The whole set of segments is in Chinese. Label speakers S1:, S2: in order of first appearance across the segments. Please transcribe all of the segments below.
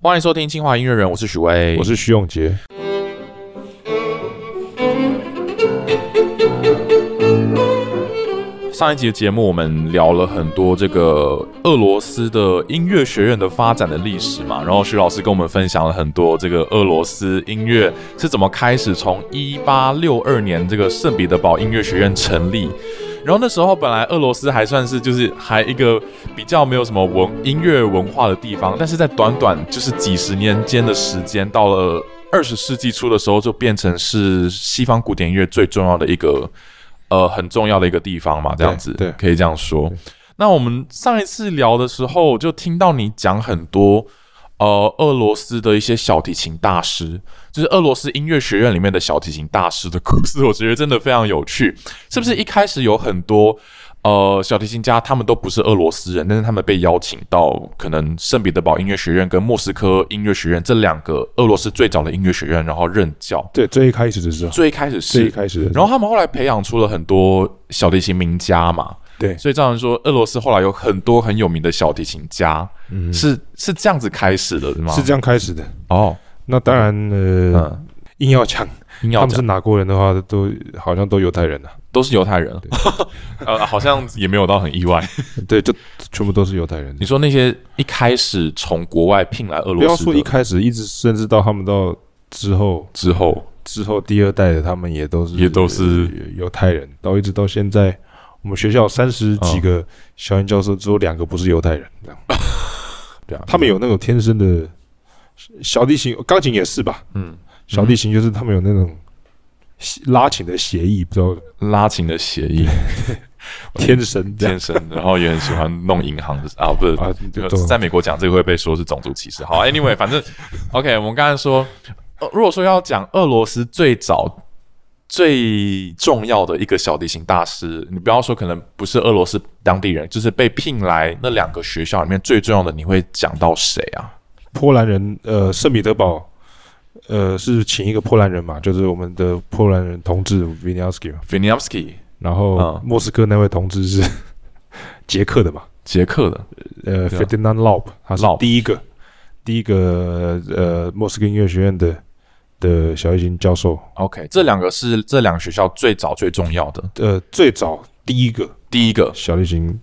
S1: 欢迎收听清华音乐人，我是许巍，
S2: 我是徐永杰。
S1: 上一集的节目，我们聊了很多这个俄罗斯的音乐学院的发展的历史嘛，然后徐老师跟我们分享了很多这个俄罗斯音乐是怎么开始从一八六二年这个圣彼得堡音乐学院成立。然后那时候本来俄罗斯还算是就是还一个比较没有什么文音乐文化的地方，但是在短短就是几十年间的时间，到了二十世纪初的时候，就变成是西方古典音乐最重要的一个呃很重要的一个地方嘛，这样子
S2: 对对
S1: 可以这样说。那我们上一次聊的时候，我就听到你讲很多呃俄罗斯的一些小提琴大师，就是俄罗斯音乐学院里面的小提琴大师的故事，我 觉得真的非常有趣。是不是一开始有很多呃小提琴家，他们都不是俄罗斯人，但是他们被邀请到可能圣彼得堡音乐学院跟莫斯科音乐学院这两个俄罗斯最早的音乐学院，然后任教。
S2: 对，最一开始的时候，
S1: 最开始
S2: 最一
S1: 是，
S2: 开始的时
S1: 然
S2: 候，
S1: 后他们后来培养出了很多小提琴名家嘛，
S2: 对，
S1: 所以造成说俄罗斯后来有很多很有名的小提琴家，
S2: 嗯，是
S1: 是是这样子开始的，是吗？
S2: 这样开始的。
S1: 哦，
S2: 那当然，呃，
S1: 嗯，
S2: 硬要讲
S1: 硬
S2: 他
S1: 要
S2: 们是
S1: 讲
S2: 哪国人的话，都好像都犹太人啊。
S1: 都是犹太人， 呃，好像也没有到很意外。
S2: 对，就全部都是犹太人
S1: 嗯你。说那些一开始从国外聘来俄
S2: 不
S1: 罗
S2: 要
S1: 斯
S2: 说一
S1: 的
S2: 开始，一直甚至到他们到之后，
S1: 之后，
S2: 之后第二代的他们也都是
S1: 也都是
S2: 呃犹太人，到一直到现在，我们学校三十
S1: 嗯
S2: 几个小研教授，只有两个不是犹太人，这样。
S1: 对啊，
S2: 他们有那种天生的小提琴、钢琴也是吧？
S1: 嗯
S2: 小提琴就是他们有那种协拉琴的协议，不知道
S1: 拉琴的协议
S2: 天生这样
S1: 天生，然后也很喜欢弄银行的 啊，不是
S2: 啊，
S1: 这
S2: 就
S1: 个
S2: 懂
S1: 在美国讲这个会被说是种族歧视。好，anyway，反 正 OK，我们刚才说，呃如果说要讲俄罗斯最早。最重要的一个小提琴大师，你不要说可能不是俄罗斯当地人，就是被聘来那两个学校里面最重要的，你会讲到谁啊？
S2: 波兰人，呃，圣彼得堡，呃，是请一个波兰人嘛，就是我们的波兰人同志 v i n y a s k i 嘛。
S1: f i n i a m s k y
S2: 然后
S1: 嗯
S2: 莫斯科那位同志是 捷克的嘛，
S1: 捷克的，
S2: 呃
S1: 对啊
S2: ，Ferdinand Laub，他是
S1: Laub
S2: 第一个，第一个呃，莫斯科音乐学院的的小提琴教授，
S1: OK，这两个是这两个学校最早最重要的。
S2: 呃，最早第一个
S1: 第一个
S2: 小提琴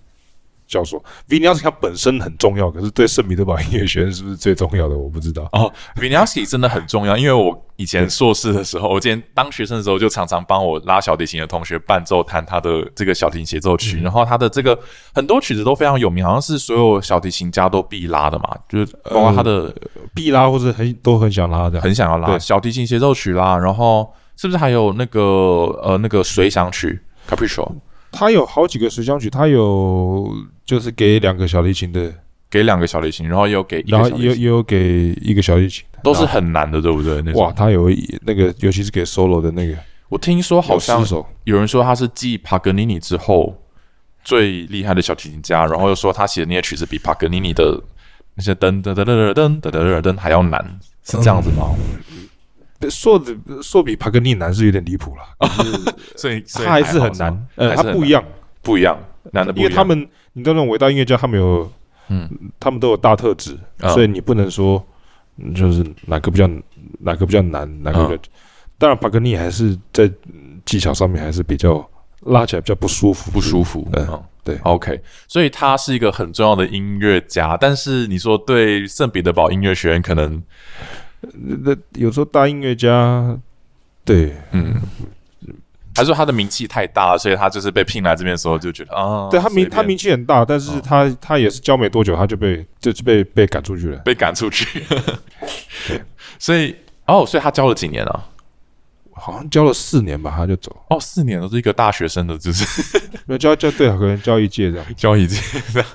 S2: 教授 v i n y a s k i 他本身很重要，可是对圣彼得堡音乐学院是不是最重要的，我不知 道。
S1: 哦 v i n y a s k i 真的很重要，因为我以前硕士的时候，我之前当学生的时候，就常常帮我拉小提琴的同学伴奏弹他的这个小提琴协奏
S2: 嗯
S1: 曲，然后他的这个很多曲子都非常有名，好像是所有小提琴家都必拉的嘛，就是包括他的
S2: 必拉或者很都很想拉的，
S1: 很想要拉、
S2: 对
S1: 小提琴协奏曲啦，然后是不是还有那个呃那个随想曲 Capriccio
S2: 他有好几个随想曲，他有就是给两个小提琴的，
S1: 给两个小提琴，然后也有给一个
S2: 然后
S1: 小
S2: 也有
S1: 提琴，
S2: 也有给一个小提琴的，
S1: 都是
S2: 然
S1: 很难的，对不对？那
S2: 后
S1: 种
S2: 哇，，他有一那个尤其是给 solo 的那个，
S1: 我听说好像
S2: 有四首
S1: 有人说他是继帕格尼尼之后最厉害的小提琴家，然后又说他写的那些曲子比帕格尼尼的那些噔噔噔噔噔噔噔噔噔还要难，是这样子吗？
S2: 硕的硕比帕格尼难是有点离谱了，
S1: 所以所以
S2: 他啊还是很
S1: 好
S2: 难，呃，
S1: 还是
S2: 他
S1: 很
S2: 不一
S1: 难
S2: 样，
S1: 不一样，难的不一
S2: 因为
S1: 样。
S2: 他们你知道那种伟大音乐家，他们有
S1: 嗯，
S2: 他们都有大特质，
S1: 嗯
S2: 所以你不能说嗯就是哪个比较哪个比较难，哪个比较，
S1: 啊
S2: 当然帕格尼还是在嗯技巧上面还是比较拉起来比较不舒服，
S1: 不舒服，
S2: 嗯
S1: 嗯
S2: 对
S1: ，OK，所以他是一个很重要的音乐家，但是你说对圣彼得堡音乐学院可能，
S2: 那有时候大音乐家，对，
S1: 嗯，还说他的名气太大了，所以他就是被聘来这边的时候就觉得啊，
S2: 对他
S1: 随
S2: 名
S1: 便哦
S2: 他名气很大，但是他、他也是教没多久，他就被就是被被赶出去了。
S1: 被赶出去，所以哦，所以他教了几年啊？
S2: 好像教了四年吧，他就走。
S1: 哦，四年了，是一个大学生的，就是
S2: 没有教教对啊，可能教一届这样。
S1: 教一届这样，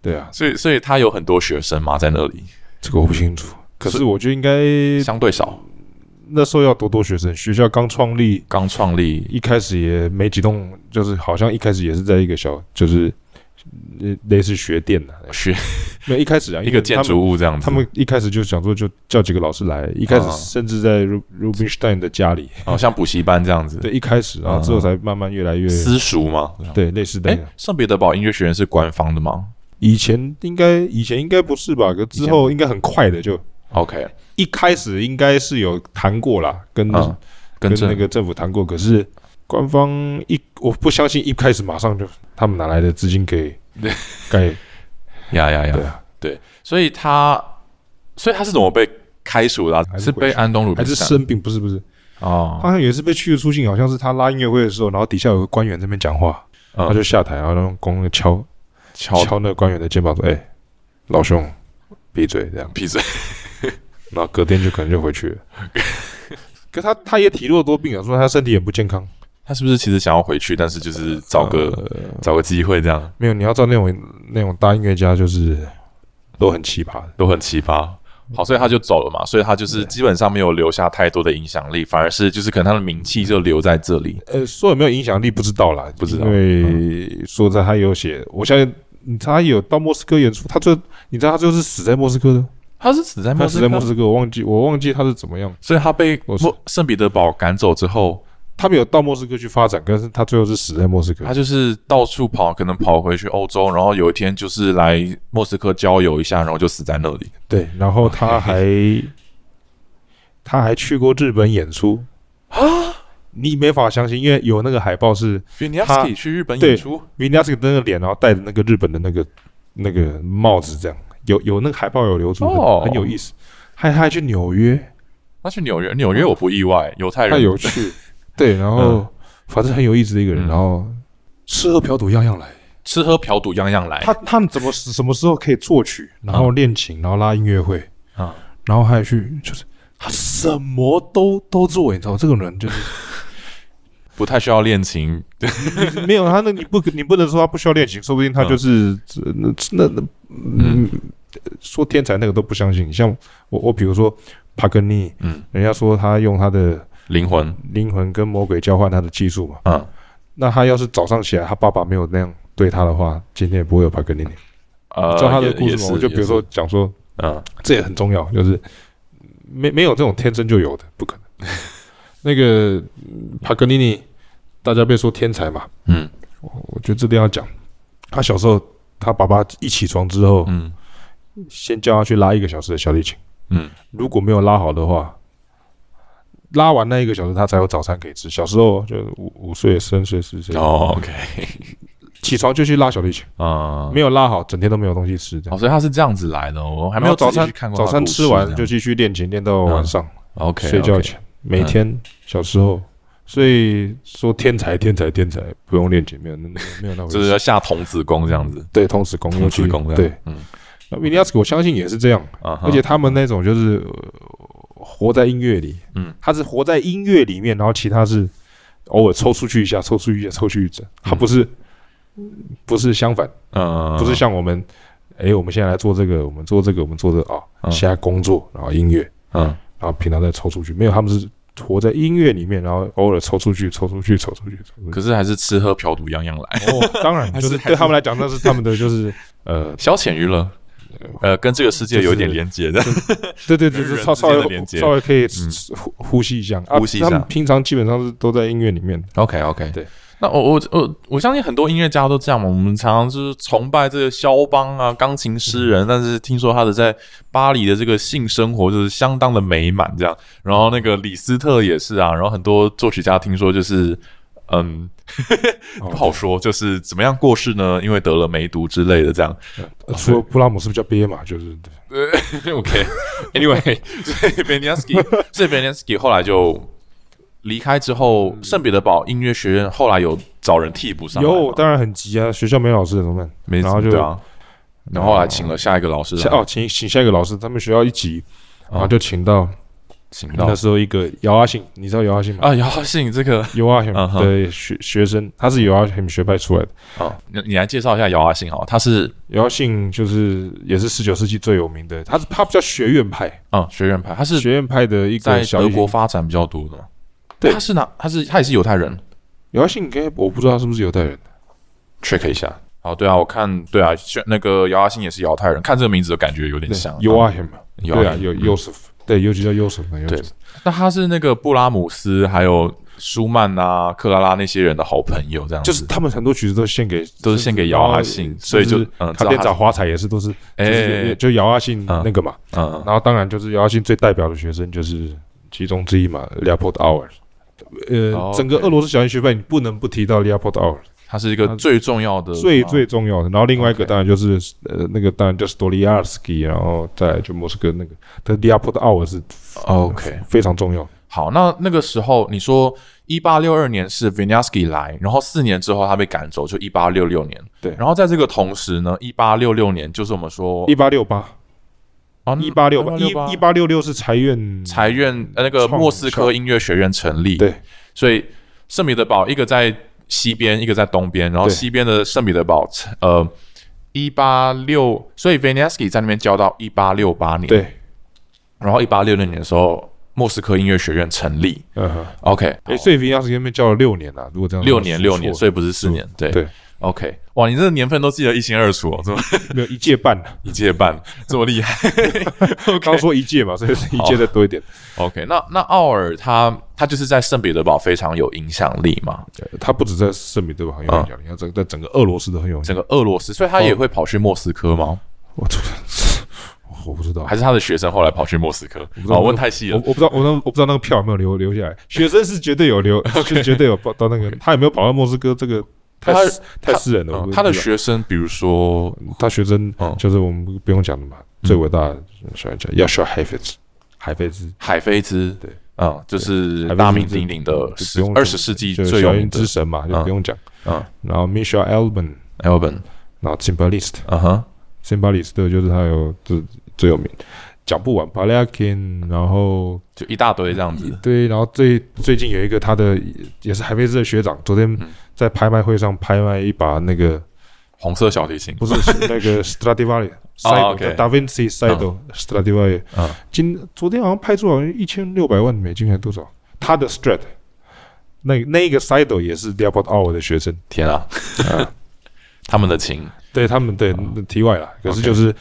S2: 对啊，
S1: 所以所以他有很多学生嘛，在那里
S2: 这个我不清楚。可是我觉得应该
S1: 相对少，
S2: 那时候要多多学生，学校刚创立，
S1: 刚创立，
S2: 一开始也没几栋，就是好像一开始也是在一个小，就是呃类似学店的、
S1: 学
S2: 没有一开始啊，
S1: 一个
S2: 因为他
S1: 建
S2: 们
S1: 筑物这样子，
S2: 他们一开始就想说，就叫几个老师来。一开始
S1: 啊
S2: 甚至在 Ru- Rubinstein 的家里，
S1: 哦像补习班这样子，
S2: 对，一开始，啊然后之后才慢慢越来越
S1: 私塾嘛，
S2: 对类似的
S1: 哎，，圣彼得堡音乐学院是官方的吗？
S2: 以前应该以前应该不是吧？可之后应该很快的就
S1: OK，
S2: 一开始应该是有谈过啦，跟、
S1: 嗯，
S2: 跟
S1: 跟着
S2: 那个政府谈过，可是官方一我不相信一开始马上就他们哪来的资金给
S1: 对
S2: 盖？
S1: 呀呀呀
S2: 对，啊，
S1: 所以他，所以他是怎么被开除的啊、
S2: 还是
S1: 是被
S2: 回去
S1: 安东鲁
S2: 还是
S1: 是
S2: 生病？不是不是，他好
S1: 哦，
S2: 像有一次被驱逐出境，好像是他拉音乐会的时候，然后底下有个官员在那边讲话，
S1: 嗯
S2: 他就下台，然后用公那敲
S1: 敲
S2: 敲那个官员的肩膀说：“哎、老兄，闭嘴！”这样，
S1: 闭嘴，
S2: 然后隔天就可能就回去了。可他他也体弱多病啊，说他身体也不健康，
S1: 他是不是其实想要回去，但是就是找个、
S2: 呃
S1: 找个机会，这样
S2: 没有，你要知道那种那种大音乐家就是都很奇葩的，
S1: 都很奇葩。好，所以他就走了嘛，所以他就是基本上没有留下太多的影响力，反而是就是可能他的名气就留在这里。
S2: 呃，说有没有影响力不知道嗯啦，
S1: 不知道
S2: 因为说在他有写，我相信你知道他有到莫斯科演出，他最你知道他最后是死在莫斯科的，
S1: 他是死在
S2: 他
S1: 莫
S2: 死
S1: 斯
S2: 在莫
S1: 科，
S2: 斯科，我忘记我忘记他是怎么样，
S1: 所以他被
S2: 我是
S1: 莫圣彼得堡赶走之后，
S2: 他没有到莫斯科去发展，但是他最后是死在莫斯科
S1: 他，就是到处跑，可能跑回去欧洲，然后有一天就是来莫斯科郊游一下，然后就死在那里。
S2: 对，然后他 还他还去过日本演出啊，你没法相信，因为有那个海报是
S1: v i n y a s k y 去日本
S2: 对
S1: 演出，
S2: v i n y a s k 那个脸，然后戴着那个日本的那个那个帽子，这样有有那个海报有留住，
S1: 哦
S2: 很很有意思。还还去纽约，
S1: 他去纽约，纽约我不意外，犹太人
S2: 太 有趣。对，然后反正很有意思的一个人，
S1: 嗯
S2: 然后吃喝嫖赌样样来。
S1: 吃喝嫖赌样样来。
S2: 他他们怎么什么时候可以作曲，然
S1: 嗯
S2: 后练琴，然后拉音乐会
S1: 啊，
S2: 然后还去就是他什么都都做，你知道这个人就是
S1: 不太需要恋情，
S2: 没有他那你不你不能说他不需要练琴，说不定他就是呃那那那嗯
S1: 嗯，
S2: 说天才那个都不相信。像我，我比如说帕格尼，
S1: 嗯，
S2: 人家说他用他的
S1: 灵魂，
S2: 灵魂跟魔鬼交换他的技术嘛，
S1: 嗯，
S2: 那他要是早上起来他爸爸没有那样对他的话，今天也不会有帕格尼。你
S1: 呃，
S2: 知道他的
S1: 也
S2: 故
S1: 也
S2: 事
S1: 是
S2: 吗？我就比如说
S1: 也是
S2: 讲说，
S1: 嗯，
S2: 这也很重要，就是没没有这种天生就有的，不可能。 那个嗯帕格尼尼，大家被说天才嘛，
S1: 嗯
S2: 我觉得这定要讲。他小时候，他爸爸一起床之后，
S1: 嗯
S2: 先叫他去拉一个小时的小提琴。
S1: 嗯，
S2: 如果没有拉好的话，拉完那一个小时，他才有早餐可以吃。小时候就五五岁、三岁、四岁，
S1: 哦，OK，
S2: 起床就去拉小提琴，
S1: 嗯，
S2: 没有拉好，整天都没有东西吃。这样
S1: 哦，所以他是这样子来的，我还没有
S2: 然后早
S1: 仔细
S2: 餐
S1: 去看过他
S2: 早
S1: 的
S2: 餐
S1: 故事
S2: 吃完
S1: 这样啊
S2: 就继续练琴，练到晚上
S1: OK，
S2: 睡觉前，每天
S1: 嗯
S2: 小时候。所以说天才，天才，天才，不用练琴，没有那那没有那回
S1: 就是
S2: 事
S1: 要。下童子功这样子，
S2: 对，童子功，
S1: 童子功这样，
S2: 尤其对。，
S1: 嗯
S2: 那 v i n y a s k 我相信也是这样，
S1: 啊哈，
S2: 而且他们那种就是、呃活在音乐里，
S1: 嗯，
S2: 他是活在音乐里面，然后其他是偶尔抽出去一下，抽出去一下，抽出去一下，他不是、不是相反，
S1: 嗯，
S2: 不是像我们，哎、我们现在来做这个，我们做这个，我们做这个啊、
S1: 嗯
S2: 现在工作，然后音乐，
S1: 嗯
S2: 然后平常再抽出去，没有，他们是活在音乐里面，然后偶尔抽出去，抽出去，抽出去，抽出去。
S1: 可是还是吃喝嫖赌样样来，
S2: 哦，当然，
S1: 还
S2: 就是是
S1: 哦还
S2: 对他们来讲，那是他们 的，就是呃，
S1: 消遣娱乐，呃，跟这个世界有一点连接的，
S2: 对对
S1: 跟
S2: 对，
S1: 人
S2: 对稍
S1: 之
S2: 稍
S1: 间的
S2: 微
S1: 连接
S2: 稍微可以
S1: 嗯
S2: 呼呼吸一下，啊
S1: 呼吸一下
S2: 他们平常基本上是都在音乐里面，
S1: OK OK，
S2: 对。
S1: 那我我我我相信很多音乐家都这样嘛，我们常常就是崇拜这个肖邦啊，钢琴诗人，但是听说他的在巴黎的这个性生活就是相当的美满，这样。然后那个李斯特也是啊，然后很多作曲家听说就是，嗯，
S2: 哦
S1: 不好说，就是怎么样过世呢？因为得了梅毒之类的，这 样。
S2: 呃除了布拉姆斯比较憋嘛，就是对
S1: OK，Anyway，、所以 b e n y a s k y 所以 b e n y a s k y 后来就离开之后，圣彼得堡音乐学院后来有找人替补上来吗，
S2: 有，当然很急啊，学校没老师怎么办？
S1: 没，
S2: 然后就
S1: 对啊，然后后来请了下一个老师来，
S2: 下哦，请请下一个老师，他们学校一急，
S1: 哦
S2: 然后就请到
S1: 请到
S2: 那时候一个姚阿信，你知道姚阿信吗？
S1: 啊，姚信这个
S2: 姚阿信
S1: 嗯哼
S2: 的啊学学生，他是姚阿信学派出来的。
S1: 哦，你你来介绍一下姚阿信好了，他是
S2: 姚阿信就是也是十九世纪最有名的，他是他比较学院派，
S1: 啊、学院派，他是
S2: 学院派的一
S1: 在
S2: 个小
S1: 德
S2: 提琴
S1: 国发展比较多的嘛，
S2: 对
S1: 他是哪？他是他也是犹太人
S2: 姚阿信啊应该我不知道他是不是犹太人，
S1: ，check 一下。哦，对啊，我看对啊，选那个姚阿信也是犹太人，看这个名字就感觉有点
S2: 对
S1: 像
S2: 尤阿 him 嘛，
S1: 有啊嗯
S2: 对啊，有 Yosef，对，尤其叫 Yosef 嘛，
S1: 对那他是那个布拉姆斯还有舒曼啊、克拉拉那些人的好朋友，这样子
S2: 就是他们很多曲子都献给，
S1: 都是献给姚阿信
S2: 然后
S1: 所以就是嗯知
S2: 他
S1: 道
S2: 店
S1: 他
S2: 长华彩也是都是，
S1: 哎
S2: 哎，就姚阿信那个嘛，
S1: 嗯，
S2: 然后当然就是姚阿信最代表的学生就是其中之一嘛，Leopold Auer。
S1: 哦
S2: 呃，整个
S1: OK
S2: 俄罗斯小提琴学派你不能不提到 Leopold Auer，
S1: 他是一个
S2: 他
S1: 最重要的
S2: 最最重要的。然后另外一个
S1: OK
S2: 当然就是呃，那个当然就是多利亚尔斯基，然后再来就莫斯科那个，但 Leopold Auer 是
S1: OK。
S2: 非常重要。
S1: 好，那那个时候你说一八六二年是 Vinyasky 来，然后四年之后他被赶走，就一八六六年。
S2: 对
S1: 然后在这个同时呢，一八六六年就是我们说
S2: 一八六八，
S1: 啊
S2: 一八六八，
S1: 1868
S2: 一一八六六是财院
S1: 财院呃那个
S2: 创
S1: 莫斯科音乐学院成立，
S2: 对，
S1: 所以圣彼得堡一个在西边，一个在东边，然后
S2: 对
S1: 西边的圣彼得堡呃一八六，所以 Vinyasky 在那边教到一八六八年，，
S2: 对，
S1: 然后一八六六年的时候，莫斯科音乐学院成立
S2: 嗯哼。
S1: ，OK，
S2: 哎、所以平常时间被叫了六年了、如果这样
S1: 六年六年，所以
S2: 以
S1: 不是四年，对
S2: 对
S1: OK，哇，你这个年份都记得一清二楚哦，这么
S2: 没有一届半了。
S1: 一届半， 这么厉害。
S2: 刚说一届嘛，
S1: 哦
S2: 所以是一届再多一点。
S1: OK，那那奥尔他他就是在圣彼得堡非常有影响力嘛，
S2: 呃他不止在圣彼得堡很有影响力，他整在整个俄罗斯都很有影响
S1: 嗯整
S2: 力。
S1: 个俄罗斯，所以他也会跑去莫斯科吗？
S2: 我我不知道，
S1: 还是他的学生后来跑去莫斯科？
S2: 知道
S1: 哦，问太细
S2: 我
S1: 了
S2: 我。不知道，我那我不知道那个票有没有留留下来。学生是绝对 有留， 是绝对有报到那个。他有没有跑到莫斯科？这个太
S1: 他
S2: 私太私人了。
S1: 嗯
S2: 我不知
S1: 他的
S2: 道
S1: 学生，比如说
S2: 他学生
S1: 嗯
S2: 就是我们不用讲的嘛，最伟大的小孩叫亚瑟海菲兹，海菲兹
S1: 海飞兹，
S2: 对，
S1: 嗯，就是
S2: 海飞兹
S1: 大名鼎鼎的
S2: 就
S1: 十
S2: 不用
S1: 二十世纪
S2: 就是
S1: 最有
S2: 小
S1: 名
S2: 音
S1: 的
S2: 之神嘛，就
S1: 嗯
S2: 不用讲。
S1: 嗯，
S2: 然后 Michel Alban，
S1: Albin，
S2: 然后 Timbalist，Timbalist
S1: 嗯哼，
S2: 就是他有就是最有名，讲不完 Palakin，然后
S1: 就一大堆这样子。
S2: 对，然后最最近有一个他的也是海飞兹的学长，昨天
S1: 嗯
S2: 在拍卖会上拍卖一把那个
S1: 红色小提琴，
S2: 不是 是那个 Stradivari。
S1: 哦
S2: Saido
S1: ，OK
S2: 达芬奇 Saido Stradivari，
S1: 嗯
S2: 今昨天好像拍出好像一千六百万美金还是多少？他的 Strat，那那个 Saido 也是 Leopold Auer 的学生，
S1: 天啊，
S2: 啊
S1: 他们的琴，
S2: 对他们对
S1: 哦
S2: 题外了，可是
S1: OK
S2: 就是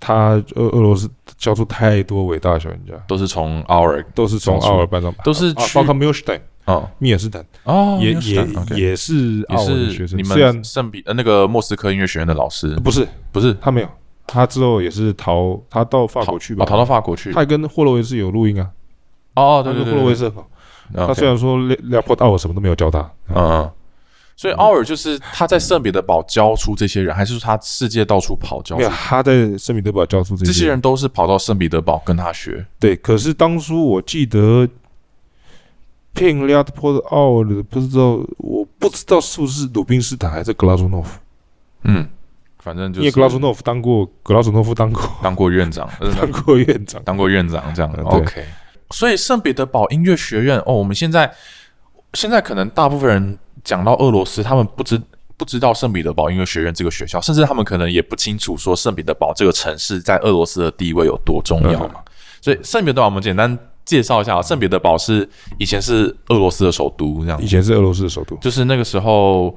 S2: 他俄俄罗斯教出太多伟大的小人家，
S1: 都是从 Our
S2: 都是从
S1: 教出
S2: 奥尔班上，
S1: 都是
S2: 啊
S1: 去
S2: 包括 m i l s t e i n
S1: 哦
S2: 米尔斯坦
S1: 哦，
S2: 也
S1: Milstein，OK
S2: 也也是
S1: 也
S2: 奥尔的学
S1: 是
S2: 生
S1: 你，
S2: 虽然
S1: 们圣彼呃那个莫斯科音乐学院的老师，
S2: 不是
S1: 不是
S2: 他没有，他之后也是逃，他到法国去吧，
S1: 哦，逃到法国去。
S2: 他跟霍洛维兹有录音啊，
S1: 哦，
S2: 他
S1: 对对
S2: 跟
S1: 对
S2: 霍洛维
S1: 对，
S2: 兹很好。
S1: 嗯
S2: 他虽然说廖廖波奥什么都没有教他，
S1: 嗯嗯，所以奥尔就是他在圣彼得堡教出这些人，还是说他世界到处跑教
S2: 没
S1: 出
S2: 有？他在圣彼得堡教出这
S1: 这些
S2: 些。
S1: 人都是跑到圣彼得堡跟他学。
S2: 对，可是当初我记得。聘廖波奥的不知道，我不知道是不是鲁宾斯坦还是格拉祖诺夫，
S1: 嗯，反正就
S2: 因为
S1: 是
S2: 格拉祖诺夫当过格拉祖诺夫当过
S1: 当过院长，呃
S2: 当过院长，
S1: 当过院长这样的。
S2: 嗯对
S1: OK，所以圣彼得堡音乐学院哦，我们现在现在可能大部分人讲到俄罗斯，他们不知不知道圣彼得堡音乐学院这个学校，甚至他们可能也不清楚说圣彼得堡这个城市在俄罗斯的地位有多重要嘛。
S2: 嗯
S1: 所以圣彼得堡，我们简单介绍一下，圣彼得堡是以前是俄罗斯的首都，这样
S2: 以前是俄罗斯的首都，
S1: 就是那个时候。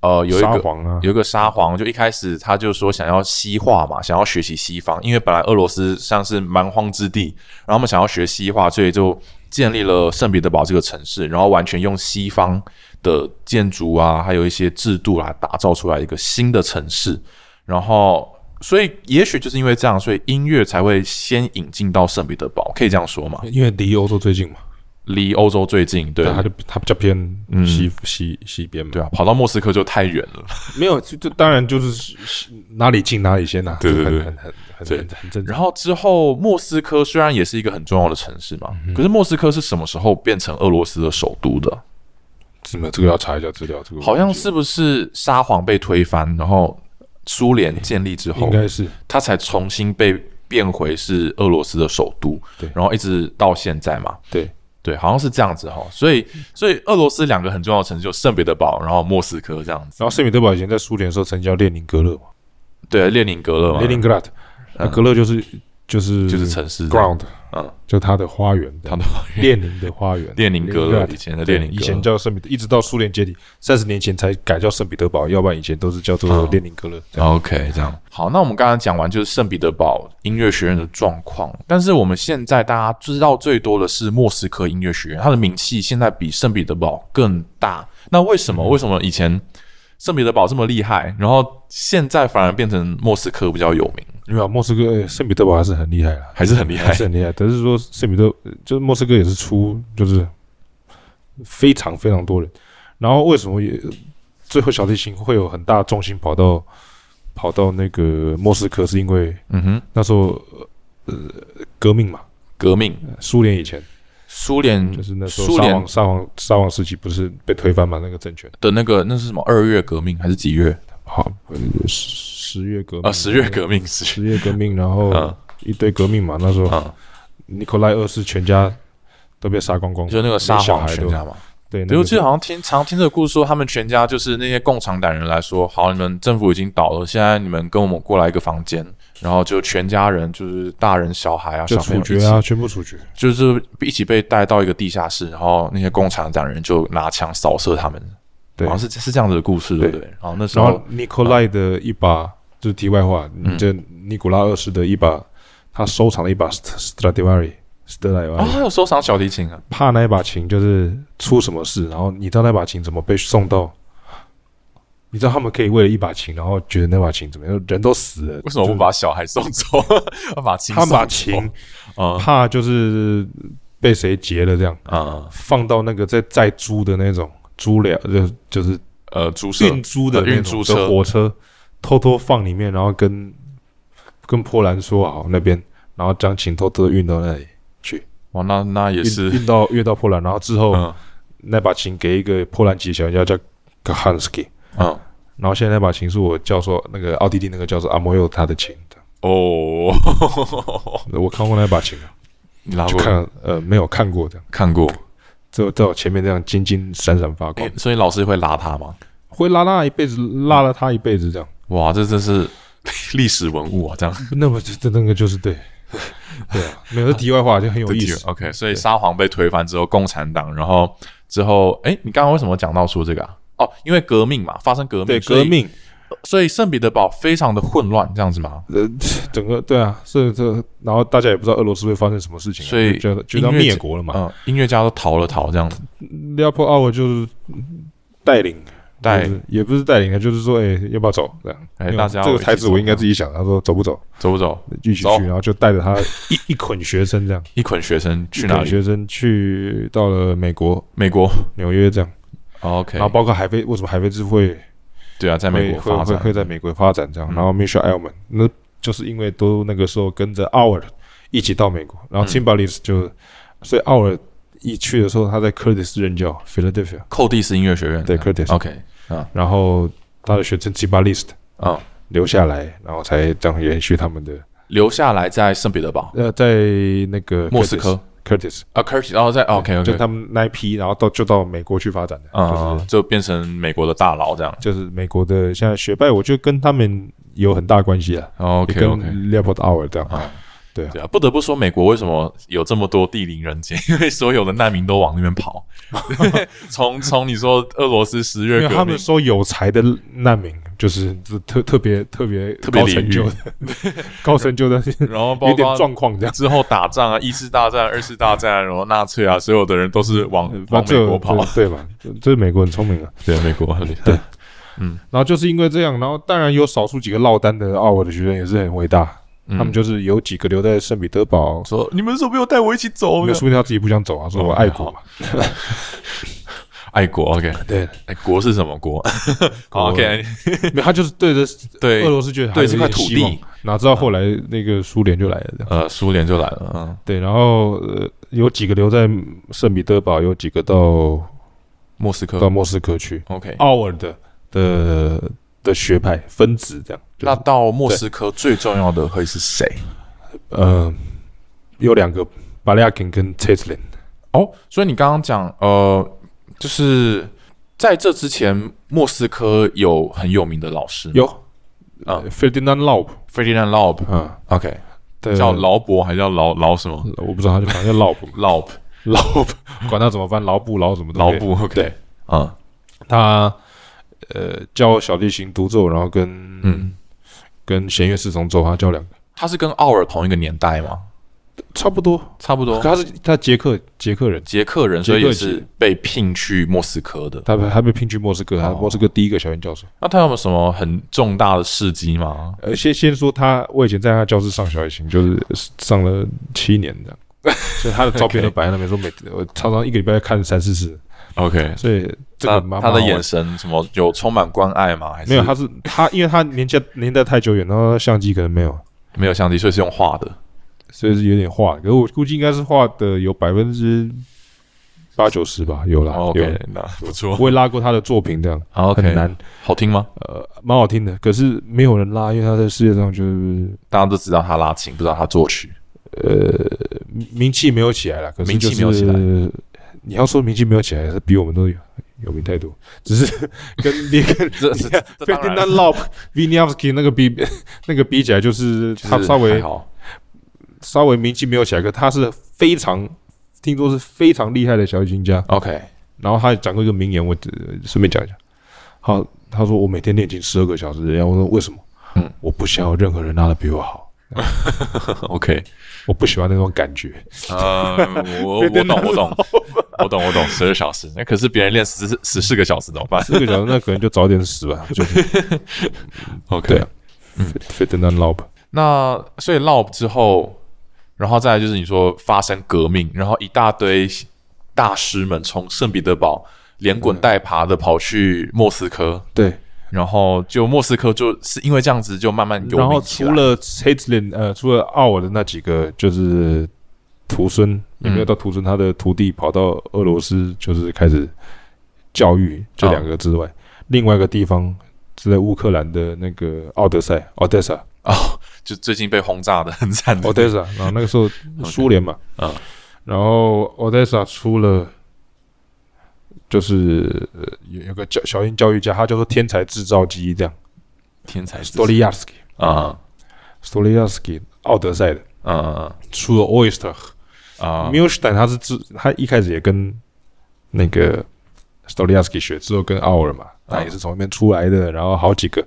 S1: 呃，有一
S2: 沙
S1: 个
S2: 皇啊，
S1: 有一个沙皇，就一开始他就说想要西化嘛，想要学习西方，因为本来俄罗斯像是蛮荒之地，然后他们想要学西化，所以就建立了圣彼得堡这个城市，然后完全用西方的建筑啊，还有一些制度来打造出来一个新的城市，然后。所以，也许就是因为这样，所以音乐才会先引进到圣彼得堡，可以这样说嘛？
S2: 因为离欧洲最近嘛，
S1: 离欧洲最近，对嗯
S2: 他就他比较偏西西西边嘛，
S1: 对啊，跑到莫斯科就太远了。
S2: 没有，就就当然就是是哪里近哪里先呐、啊，
S1: 对对
S2: 这
S1: 对
S2: 很很很
S1: 对
S2: 很很很正常。
S1: 然后之后，莫斯科虽然也是一个很重要的城市
S2: 嗯
S1: 嘛，可是莫斯科是什么时候变成俄罗斯的首都的？
S2: 什么这个要查一下资料，这个
S1: 好像是不是沙皇被推翻，然后苏联建立之
S2: 应
S1: 后，
S2: 该是
S1: 它才重新被变回是俄罗斯的首都，
S2: 对
S1: 然后一直到现在嘛，
S2: 对
S1: 对，好像是这样子哈。所以，所以俄罗斯两个很重要的城市就圣彼得堡，然后莫斯科这样子。
S2: 然后圣彼得堡以前在苏联的时候曾经叫列宁格勒嘛，
S1: 对，列宁格勒嘛，
S2: 列宁格勒，那格勒就是就是
S1: 啊嗯就是城市
S2: ground，
S1: 嗯，
S2: 就它的花园，
S1: 它的
S2: 列宁的花园，
S1: 列宁格勒以前的列宁格
S2: 对
S1: 勒，
S2: 以前叫圣彼得，一直到苏联解体，三十年前才改叫圣彼得堡，要不然以前都是叫做
S1: 嗯
S2: 列宁格勒。这样
S1: OK，这样好。那我们刚刚讲完就是圣彼得堡音乐学院的状况，但是我们现在大家知道最多的是莫斯科音乐学院，它的名气现在比圣彼得堡更大。那为什
S2: 嗯
S1: 么？为什么以前圣彼得堡这么厉害，然后现在反而变成莫斯科比较有名，
S2: 没有莫斯科、呃圣彼得堡还是很厉害啊啦，
S1: 还是很厉
S2: 还
S1: 害？
S2: 是很厉害。但是说圣彼得呃就是莫斯科也是出就是非常非常多人，然后为什么也最后小提琴会有很大重心跑到跑到那个莫斯科，是因为
S1: 嗯哼，
S2: 那时候呃革命嘛，
S1: 革命，
S2: 苏联以前
S1: 苏联
S2: 嗯就是那时候
S1: 苏
S2: 沙
S1: 联
S2: 皇沙皇沙皇时期不是被推翻嘛那个政权。
S1: 的那个那是什么？二月革命还是几月？
S2: 好，呃十十月革命
S1: 啊，十月革命，十月，
S2: 十月革命，然后
S1: 嗯
S2: 一堆革命嘛，那时候
S1: 嗯，
S2: 尼古拉二世全家都被杀光光，
S1: 就那个沙
S2: 连小
S1: 皇
S2: 孩
S1: 全
S2: 都
S1: 家嘛。
S2: 对，
S1: 对，
S2: 那
S1: 我记得
S2: 个
S1: 好像听常听这个故事说，他们全家就是那些共产党人来说，好，你们政府已经倒了，现在你们跟我们过来一个房间，然后就全家人就是大人小孩啊，
S2: 就
S1: 小朋
S2: 处
S1: 友一
S2: 决
S1: 起，
S2: 啊，全部处决，
S1: 就是一起被带到一个地下室，然后那些共产党人就拿枪扫射他们，
S2: 对
S1: 好像是是这样子的故事，
S2: 对
S1: 对不对？然后那时
S2: 然后
S1: 候，
S2: 尼古拉的一把，就是题外话，你这
S1: 嗯
S2: 尼古拉二世的一把，他收藏了一把 St- Stradivari。斯特莱瓦
S1: 啊，还有收藏小提琴啊，
S2: 怕那一把琴就是出什么事，然后你知道那把琴怎么被送到？你知道他们可以为了一把琴，然后觉得那把琴怎么样，人都死了，
S1: 为什么不把小孩送走， 要把琴
S2: 他们把
S1: 送走
S2: 琴
S1: 啊
S2: 怕就是被谁劫了这样，
S1: 啊
S2: 放到那个在在租的那种租了，就就是
S1: 呃，注射
S2: 运租的
S1: 呃
S2: 那
S1: 运
S2: 种
S1: 输
S2: 的
S1: 车
S2: 火车，偷偷放里面，然后跟跟波兰说好那边，然后将琴偷偷地运到那里，
S1: 哇，哦那那也
S2: 运
S1: 是
S2: 运到运到波兰，然后之后
S1: 嗯
S2: 那把琴给一个波兰籍小人家叫 Kahansky，
S1: 嗯
S2: 然后现在那把琴是我教授那个奥地利那个教授阿莫佑他的琴的，
S1: 哦，
S2: 我看过那把琴啊，
S1: 你拉
S2: 就
S1: 过
S2: 看呃没有看过的，
S1: 看过。
S2: 在在我前面这样金金闪闪发光
S1: 欸，所以老师会拉他吗？
S2: 会拉拉一辈子，拉了他一辈子 这样。
S1: 哇，这真是 历史文物 啊！这样
S2: 那么这那个就是 对，对啊，没有这题外话就很有意思。
S1: OK，所以沙皇被推翻之后，共产党，然后之后，哎、你刚刚为什么讲到说这个啊？哦，因为革命嘛，发生革命，
S2: 对
S1: 所以
S2: 革，命，
S1: 所以圣彼得堡非常的混乱，这样子吗？
S2: 呃，整个对啊，是这，然后大家也不知道俄罗斯会发生什么事情啊、
S1: 所以
S2: 觉得觉得要
S1: 音乐
S2: 灭国了嘛。
S1: 嗯，音乐家都逃了逃，这样子。
S2: 廖波奥就是带领，啊
S1: 带
S2: 就是也不是带领的，就是说，哎，要不要走？这样，
S1: 哎
S2: 没有
S1: 大家
S2: 这
S1: 我一
S2: 个
S1: 起
S2: 台词
S1: 走
S2: 我应该自己想，他说走不走，
S1: 走不走？
S2: 一起
S1: 走
S2: 去，然后就带着他一一捆学生这样，
S1: 一捆学生去
S2: 一
S1: 哪
S2: 捆
S1: 里？
S2: 学生去到了美国
S1: 美国。
S2: 纽约这样，
S1: OK，
S2: 然后包括海飞，为什么海飞智慧？
S1: 对啊，在美国
S2: 会
S1: 发
S2: 会
S1: 展
S2: 会在美国发展这样。
S1: 嗯
S2: 然后 Michelle Elman，那就是因为都那个时候跟着 Our 一起到美国，然后
S1: 嗯
S2: Timbalis 就，所以 Our 一去的时候，他在 Curtis 任教 Philadelphia，
S1: 寇蒂斯音乐学院。
S2: 对 Curtis，
S1: ，OK，
S2: 然后他的学生 Timbalis
S1: 嗯，
S2: 留下来，然后才这样延续他们的
S1: 留下来在圣彼得堡、
S2: 呃，在那个
S1: 莫斯科
S2: Curtis，
S1: 啊，Curtis，哦，在 OK，OK，
S2: 就他们那一批，然后到就到美国去发展的，
S1: 啊、
S2: 就是
S1: 就变成美国的大佬这样。
S2: 就是美国的现在学派，我觉得跟他们有很大关系啊，也
S1: OK
S2: 跟
S1: OK，
S2: Leopold Our 这样。
S1: 对啊，不得不说，美国为什么有这么多地灵人杰？ 因为所有的难民都往那边跑。 从从你说俄罗斯十
S2: 因
S1: 月
S2: 为他
S1: 革
S2: 们
S1: 命，
S2: 说有才的难民，就是特特别特别
S1: 特别
S2: 高
S1: 领
S2: 成
S1: 域
S2: 就的 高成就的，
S1: 然后包
S2: 有点
S1: 括
S2: 状况这样。
S1: 之后打仗啊，一次大战、二次大战，然后纳粹啊，所有的人都是往往美
S2: 这
S1: 国跑。
S2: 这对吧？这这美国很聪明啊。
S1: 对， 美国很厉害。
S2: 然后就是因为这样，然后当然有少数几个落单的奥尔的学生也是很伟大，
S1: 嗯
S2: 他们就是有几个留在圣彼得堡，
S1: 说：“你们怎么没有带我一起走
S2: 没有？”说不定他自己不想走啊，说
S1: 哦
S2: 我爱国嘛。
S1: 爱国，OK，
S2: 对，
S1: 哎国是什么国 好？OK，
S2: 没有他就是对着
S1: 对
S2: 俄，罗斯觉得还
S1: 对
S2: 有
S1: 这
S2: 一
S1: 块
S2: 点
S1: 土
S2: 希望
S1: 地，
S2: 哪知道后来那个苏联就来了。这样
S1: 呃，苏联就来了。嗯，
S2: 对，然后呃，有几个留在圣彼得堡，有几个到
S1: 莫斯科
S2: 到莫斯科去。嗯
S1: ，OK。
S2: 奥尔嗯的的的学派分子这样。就
S1: 那
S2: 是
S1: 到莫斯科最重要的会是谁？
S2: 呃，有两个巴利亚肯跟 Tetlin，
S1: 哦，所以你刚刚讲，呃，就是在这之前，莫斯科有很有名的老师吗
S2: 有
S1: 啊
S2: 呃 Ferdinand Laub
S1: ，Ferdinand Laub。
S2: 啊，
S1: OK，
S2: 对
S1: 叫劳勃还叫劳劳什么
S2: 我不知道，他就 反正叫老布
S1: 劳勃
S2: 老布，管他怎么翻老布老什么的
S1: 劳布
S2: 对
S1: OK 啊
S2: 他呃教小提琴独奏，然后跟
S1: 嗯，
S2: 跟弦乐四重奏，他教两个，
S1: 他是跟奥尔同一个年代吗？
S2: 差不多。
S1: 差不多
S2: 可，他是他捷克捷克人，
S1: 捷克人，
S2: 捷
S1: 所
S2: 克
S1: 以也
S2: 籍
S1: 是被聘去莫斯科的。
S2: 他被他被聘去莫斯科，他
S1: 哦
S2: 莫斯科第一个小学教授。
S1: 那他有没有什么很重大的事迹吗？
S2: 呃，先先说他，我以前在他教室上小提琴，就是上了七年这样，所以他的照片
S1: OK
S2: 都摆在那边，说每我常常一个礼拜看三四次，
S1: OK，
S2: 所以 这
S1: 他
S2: 个蛮
S1: 他的
S2: 蛮好玩
S1: 眼神什么有充满关爱吗？还是
S2: 没有，他是他，因为他年纪年代太久远，然后相机可能没有，
S1: 没有相机，所以是用画的。
S2: 所以是有点画。可是我估计应该是画的有百分之八九十吧，有啦，
S1: 哦
S2: 有
S1: OK，那不
S2: 我
S1: 错。
S2: 会拉过他的作品，这样
S1: 好 OK，
S2: 很难，
S1: 好听吗？
S2: 呃，蛮好听的。可是没有人拉，因为他在世界上就是
S1: 大家都知道他拉琴，不知道他作 曲。
S2: 名名气没有起来了，可是、
S1: 名
S2: 就
S1: 气
S2: 是、
S1: 没有起
S2: 来。你要说名气没有起来，是比我们都有有名太多，只是 跟你跟
S1: 这这 这
S2: 跟
S1: 当
S2: 那
S1: 然
S2: l o b v i n y a v s k y 那个比 那个比起来，就是
S1: 就是
S2: 他稍微
S1: 还好
S2: 稍微名气没有起来，可他是非常听说是非常厉害的小提琴家。
S1: OK，
S2: 然后他也讲过一个名言，我只顺便讲一下。好，他说我每天练琴十二个小时，然后我说为什么？
S1: 嗯，
S2: 我不想有任何人拉的比我好，
S1: OK，
S2: 我不喜欢那种感觉。
S1: 呃， 我我懂，我懂，我懂，我懂，十二小时。那可是别人练十四十四个小时怎么 办
S2: 十二个小时那可能就早点死吧，就是对
S1: ？OK，
S2: 啊
S1: 嗯
S2: fit and love。
S1: 那所以 Lob 之后，然后再来就是你说发生革命，然后一大堆大师们从圣彼得堡连滚带爬的跑去莫斯科，
S2: 对，
S1: 然后就莫斯科就是因为这样子就慢慢有
S2: 然后
S1: 名起来
S2: 除了 Hazelin，呃，除了奥尔的那几个，就是徒孙，也
S1: 嗯
S2: 没有到徒孙，他的徒弟跑到俄罗斯，就是开始教育这两个之
S1: 哦
S2: 外，另外一个地方是在乌克兰的那个奥德赛 （Odessa）。
S1: 哦，就最近被轰炸的很惨的
S2: Odessa，然后那个 时候苏联嘛，
S1: 嗯
S2: 然后 Odessa 出了，就是呃有有个教小型教育家，他叫做天才制造机，这样
S1: 天才之
S2: s t o l i a r s k y
S1: 啊
S2: s t o l i a r s k y 奥德赛的，
S1: 啊
S2: 出了 Oyster，
S1: 啊
S2: m i l s t e i n 他是自他一开始也跟那个 s t o l i a r s k y 学，之后跟奥尔嘛，
S1: 啊
S2: 他也是从那边出来的，然后好几个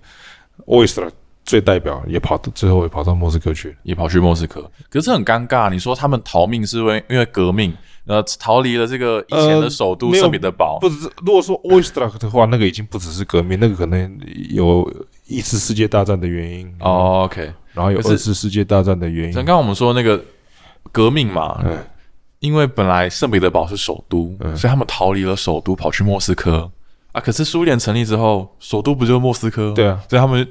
S2: Oyster 最代表也跑到最后也跑到莫斯科去了，
S1: 也跑去莫斯科，可是很尴尬。你说他们逃命是因为因为革命，呃，逃离了这个以前的首都
S2: 呃没有
S1: 圣彼得堡，
S2: 不只如果说 Oyster 的话，那个已经不只是革命，那个可能有一次世界大战的原因，
S1: 哦，OK，
S2: 然后有
S1: 可是
S2: 二次世界大战的原
S1: 像刚
S2: 因，
S1: 刚我们说那个革命嘛，
S2: 嗯
S1: 因为本来圣彼得堡是首都，所以他们逃离了首都，跑去莫斯科啊。可是苏联成立之后，首都不就是莫斯科？
S2: 对啊，
S1: 所以他们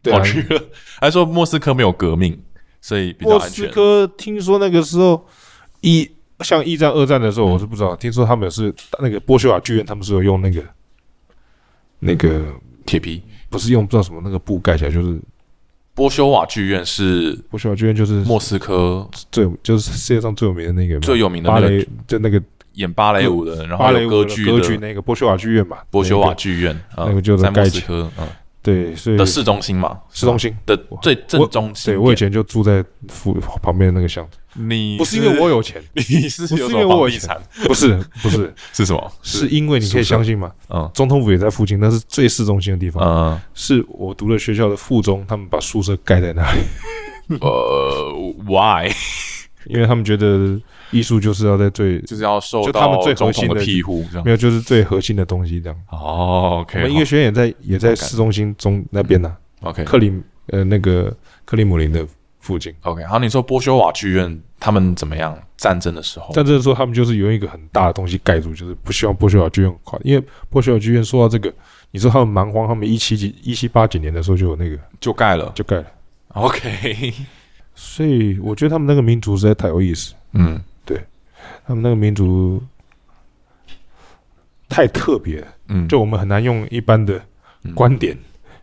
S2: 对啊
S1: 跑去了，还说莫斯科没有革命，所以比较
S2: 莫
S1: 安
S2: 斯
S1: 全。
S2: 科听说那个时候一像一战、二战的时候，
S1: 嗯
S2: 我是不知道，听说他们是那个波修瓦剧院，他们是有用那个那个
S1: 铁皮
S2: 不是用不知道什么那个布盖起来，就是
S1: 波修瓦剧院是
S2: 波修瓦剧院就是
S1: 莫斯科
S2: 最有就是世界上最有名的那个有没有
S1: 最有名的
S2: 芭
S1: 那个
S2: 蕾，就那个
S1: 演芭蕾舞的，然
S2: 芭
S1: 后
S2: 蕾
S1: 有
S2: 舞
S1: 歌
S2: 的
S1: 剧
S2: 歌剧
S1: 的
S2: 那个波修瓦剧院嘛，
S1: 波修
S2: 那
S1: 瓦
S2: 个
S1: 剧院啊，
S2: 那个就是
S1: 在莫
S2: 盖
S1: 斯
S2: 起
S1: 科嗯
S2: 对，所以
S1: 的市中心嘛，
S2: 市中心。
S1: 的最正中心
S2: 对
S1: 点。
S2: 我以前就住在附旁边那个巷子，
S1: 你
S2: 不是因为我有钱，
S1: 你是
S2: 不是
S1: 有什
S2: 因为
S1: 么房
S2: 我有
S1: 地
S2: 钱
S1: 产
S2: 不是不是，
S1: 是什么？
S2: 是因为你可以
S1: 宿舍
S2: 相信吗？
S1: 嗯
S2: 总统府也在附近，那是最市中心的地方。
S1: 嗯
S2: 是我读的学校的附中，他们把宿舍盖在那里，
S1: 呃，why
S2: 因为他们觉得艺术就是要在最
S1: 就是要受
S2: 就
S1: 到
S2: 他们最
S1: 总
S2: 核
S1: 统
S2: 心
S1: 的
S2: 的
S1: 庇护这样
S2: 没。有就是最核心的东西这样。
S1: 哦
S2: 我
S1: ，OK，
S2: 们音乐学院也在也在市中心中那边呢、
S1: 好 OK
S2: 克里呃那个克里姆林的附近。
S1: OK。好，你说波修瓦剧院他们怎么样？战争的时候，
S2: 战争的时候，他们就是用一个很大的东西盖住，就是不希望波修尔剧院垮。因为波修尔剧院说到这个，你说他们蛮荒，他们一七几、一七八几年的时候就有那个
S1: 就盖了。
S2: 就盖了，
S1: OK，
S2: 所以我觉得他们那个民族实在太有意思，
S1: 嗯，
S2: 他们那个民族太特别了，
S1: 嗯，
S2: 就我们很难用一般的观点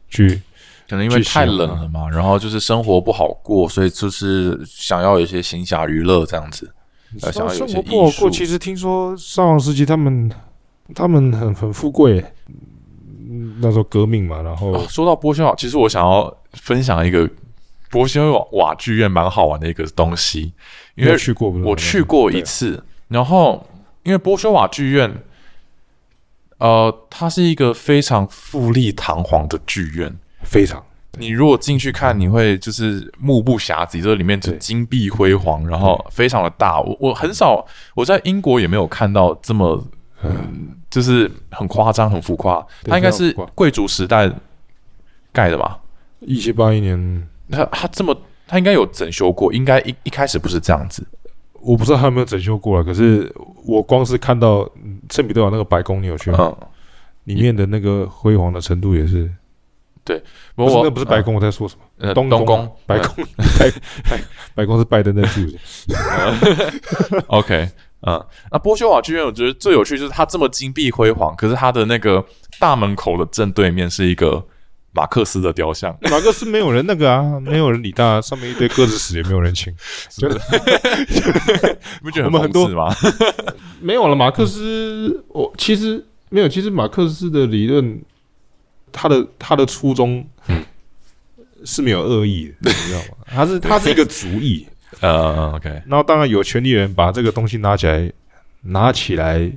S2: 去。
S1: 可能因为太冷
S2: 去形
S1: 了嘛，然后就是生活不好过，所以就是想要有一些闲暇娱乐这样子。呃想要有一
S2: 生
S1: 些
S2: 活不好
S1: 艺术
S2: 过，其实听说上王时期他们他们很很富贵，嗯那时候革命嘛，然后
S1: 哦哦，说到波修瓦，其实我想要分享一个伯希尔瓦剧院蛮好玩的一个东西，因
S2: 没
S1: 为
S2: 有去过不是吗，
S1: 我去过一次，然后因为波修瓦剧院，呃，它是一个非常富丽堂皇的剧院。
S2: 对，非常
S1: 你如果进去看，你会就是目不暇接，这里面就
S2: 对
S1: 金碧辉煌，然后非常的大。我我很少我在英国也没有看到这么，嗯，就是很夸张、很浮夸。
S2: 对
S1: 它应该
S2: 非常
S1: 是
S2: 浮夸
S1: 贵族时代盖的吧？
S2: 一七八一年，
S1: 它它这么，它应该有整修过，应该一一开始不是这样子。
S2: 我不知道他有没有整修过了，可是我光是看到嗯圣彼得堡那个白宫，你有去吗？
S1: 嗯，
S2: 里面的那个辉煌的程度也是，
S1: 不
S2: 不是
S1: 过
S2: 那不是白宫，我在说什么？
S1: 呃
S2: 东
S1: 东
S2: 宫
S1: 宫
S2: 白
S1: 嗯
S2: 宫，白白白宫是拜登在住的，
S1: OK，嗯，那波修瓦剧院，我觉得最有趣就是它这么金碧辉煌，可是它的那个大门口的正对面是一个马克思的雕像，
S2: 马克思没有人那个啊， 没有人理他，上面一堆鸽子屎也没有人清，
S1: 是不是？你不觉得
S2: 我们很
S1: 讽刺
S2: 多
S1: 吗？
S2: 没有了。马克思，我其实没有，其实马克思的理论，他的他的初衷是没有恶意的，你知道 吗？他是他是一个主意，
S1: 呃，OK，
S2: 然后当然有权利人把这个东西拿起来。拿起来，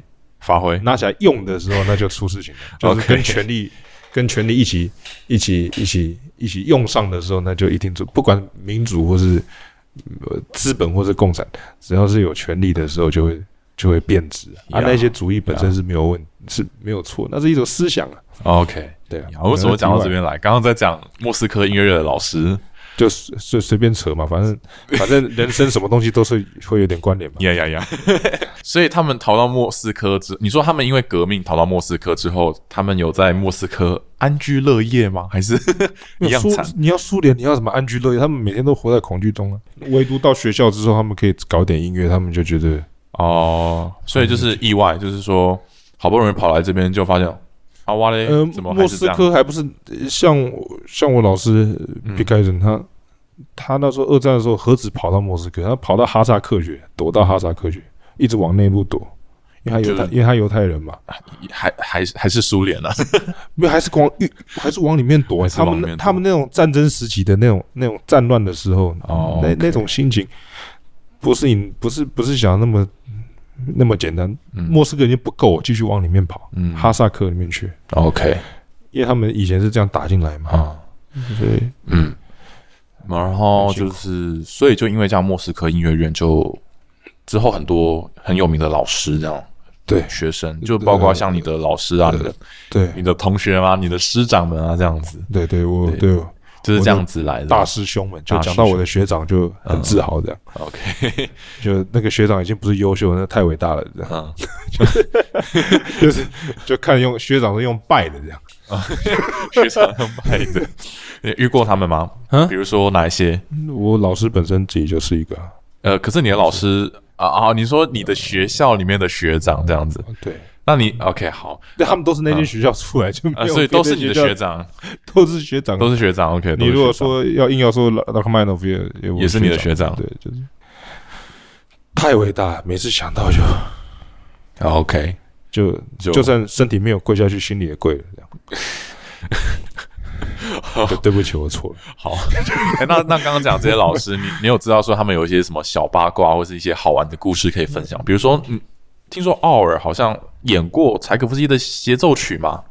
S1: 发挥，
S2: 拿起来用的时候，那就出事情了。就是
S1: OK
S2: 跟权力、跟权力一起、一起、一起、一起用上的时候，那就一定出。不管民主或是呃资本或是共产，只要是有权力的时候，就会就会变质啊。
S1: Yeah，
S2: 那些主义本身是没有问是没有错，那是一种思想啊。
S1: OK。
S2: 对啊，
S1: 为什么讲到这
S2: 题外？
S1: 边来？刚刚在讲莫斯科音乐的老师
S2: 就随随随便扯嘛，反正反正人生什么东西都是会有点关联嘛。
S1: 呀呀呀！ 所以他们逃到莫斯科之，你说他们因为革命逃到莫斯科之后，他们有在莫斯科安居乐业吗？还是 一样
S2: 苏
S1: 惨？
S2: 你要苏联，你要什么安居乐业？他们每天都活在恐惧中啊。唯独到学校之后，他们可以搞点音乐，他们就觉得
S1: 哦，所以就是意外，就是说好不容易跑来这边，就发现啊哇嘞
S2: 呃，，
S1: 怎么还
S2: 莫
S1: 是
S2: 斯
S1: 这样？
S2: 科还不是呃像我像我老师
S1: 嗯
S2: 皮开人，他他那时候二战的时候何止跑到莫斯科，他跑到哈萨克去，躲到哈萨克去，一直往内陆躲，因为他犹太
S1: 就是
S2: 因为他犹太人嘛，
S1: 还还还是苏 联啊？
S2: 没有还是光遇还是往里面躲，
S1: 还是
S2: 他
S1: 往
S2: 们
S1: 里
S2: 那
S1: 面躲
S2: 他们那种战争时期的那种那种战乱的时候，
S1: 哦
S2: 那
S1: OK
S2: 那种心情，不是你不是不是想那么那么简单，
S1: 嗯
S2: 莫斯科已经不够，继续往里面跑，
S1: 嗯
S2: 哈萨克里面去，
S1: ，OK
S2: 因为他们以前是这样打进来嘛，
S1: 啊，
S2: 所以。
S1: 嗯，然后
S2: 很辛
S1: 就
S2: 苦
S1: 是，所以就因为这样，莫斯科音乐院就之后很多很有名的老师这样。
S2: 对
S1: 学生就包括像你的老师啊，你的
S2: 对
S1: 你的同学啊，你的师长们啊，这样子，
S2: 对对，我
S1: 对
S2: 对我
S1: 就是这
S2: 我的
S1: 样子来的。
S2: 大师兄们，就
S1: 大师嗯
S2: 讲到我的学长就很自豪这样，
S1: OK，
S2: 就那个学长已经不是优秀，那太伟大了这样，
S1: 嗯，
S2: 就是就看用学长是用拜的这样，
S1: 学长很拜的，你遇过他们吗？
S2: 啊
S1: 比如说哪一些？
S2: 我老师本身自己就是一个，啊
S1: 呃，可是你的老师啊啊，你说你的学校里面的学长这样子，
S2: 对，
S1: 那你 OK 好，
S2: 但他们都是那间学校出来就没
S1: 呃，
S2: 有，
S1: 所以都是你的学
S2: 学，
S1: 长，
S2: 都是学长。
S1: 都是学长 OK 都是学长。
S2: 你如果说要硬要说拉拉克曼诺夫也也我
S1: 也是你的学长
S2: 对，就是太伟大了，每次想到就
S1: 啊 OK，
S2: 就
S1: 就
S2: 就算身体没有跪下去，心里也跪了， 这样。对对不起，我错了。
S1: 好。 哎那那刚刚讲这些老师，你你有知道说他们有一些什么小八卦或是一些好玩的故事可以分享？比如说，嗯，听说奥尔好像演过柴可夫斯基的协奏曲嘛？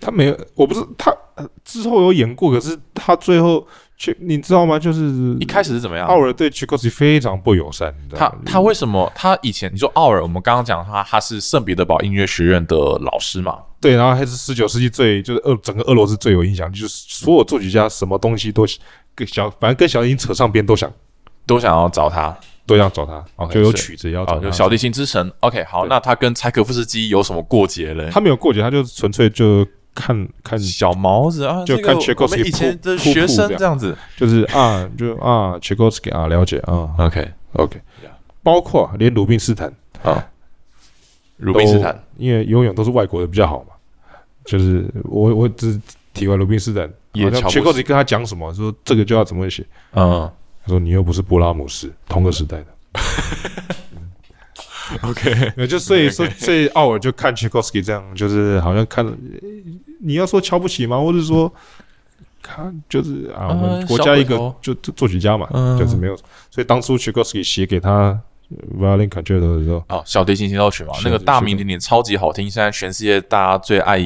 S2: 他没有，我不是他呃之后有演过，可是他最后却你知道吗？就是
S1: 一开始是怎么样？
S2: 奥尔对 c h i k o s 非常不友善，你知道
S1: 他
S2: 吗？
S1: 他为什么他以前你说奥尔，我们刚刚讲他他是圣彼得堡音乐学院的老师嘛？
S2: 对，然后还是十九世纪最就是俄整个俄罗斯最有影响，就是所有作曲家什么东西都跟小反正跟小提琴扯上边都想
S1: 都想要找他，
S2: 都想找他
S1: OK，
S2: 就有
S1: 所以
S2: 曲子要
S1: 哦
S2: 找，他
S1: 有小提琴之神。OK，好，
S2: 对
S1: 那他跟柴可夫斯基有什么过节嘞？
S2: 他没有过节，他就纯粹就看看
S1: 小毛子啊，
S2: 就
S1: 这个
S2: 看
S1: 我们
S2: Tchaikovsky
S1: 以前的
S2: 扑扑
S1: 学生
S2: 这样
S1: 这样子。
S2: 就是啊，就啊 c h i k o s k y 啊，了解啊
S1: OK，
S2: ，OK，
S1: Yeah
S2: 包括连鲁宾斯坦，
S1: 啊，鲁宾斯坦，
S2: 因为永远都是外国的比较好嘛。就是我我只提完鲁宾斯坦，
S1: 也
S2: 好像
S1: 瞧不
S2: c h i k o s k y 跟他讲什么，说这个就要怎么写，
S1: 嗯
S2: 他说你又不是勃拉姆斯，同个时代的。
S1: ，OK，
S2: 呃，就所以
S1: OK
S2: 说，所以奥尔就看 c h i k o s k y 这样，就是好像看，呃你要说瞧不起吗？或者说看就是啊，
S1: 啊
S2: 我们国家一
S1: 小鬼
S2: 个
S1: 头
S2: 就就作曲家嘛，
S1: 嗯
S2: 就是没有。所以当初 Tchaikovsky 写给他 Violin Concerto 的时候，
S1: 哦，小提琴协奏曲嘛，
S2: 是
S1: 那
S2: 的
S1: 个大
S2: 是的
S1: 名鼎鼎，超级好听，现在全世界大家最爱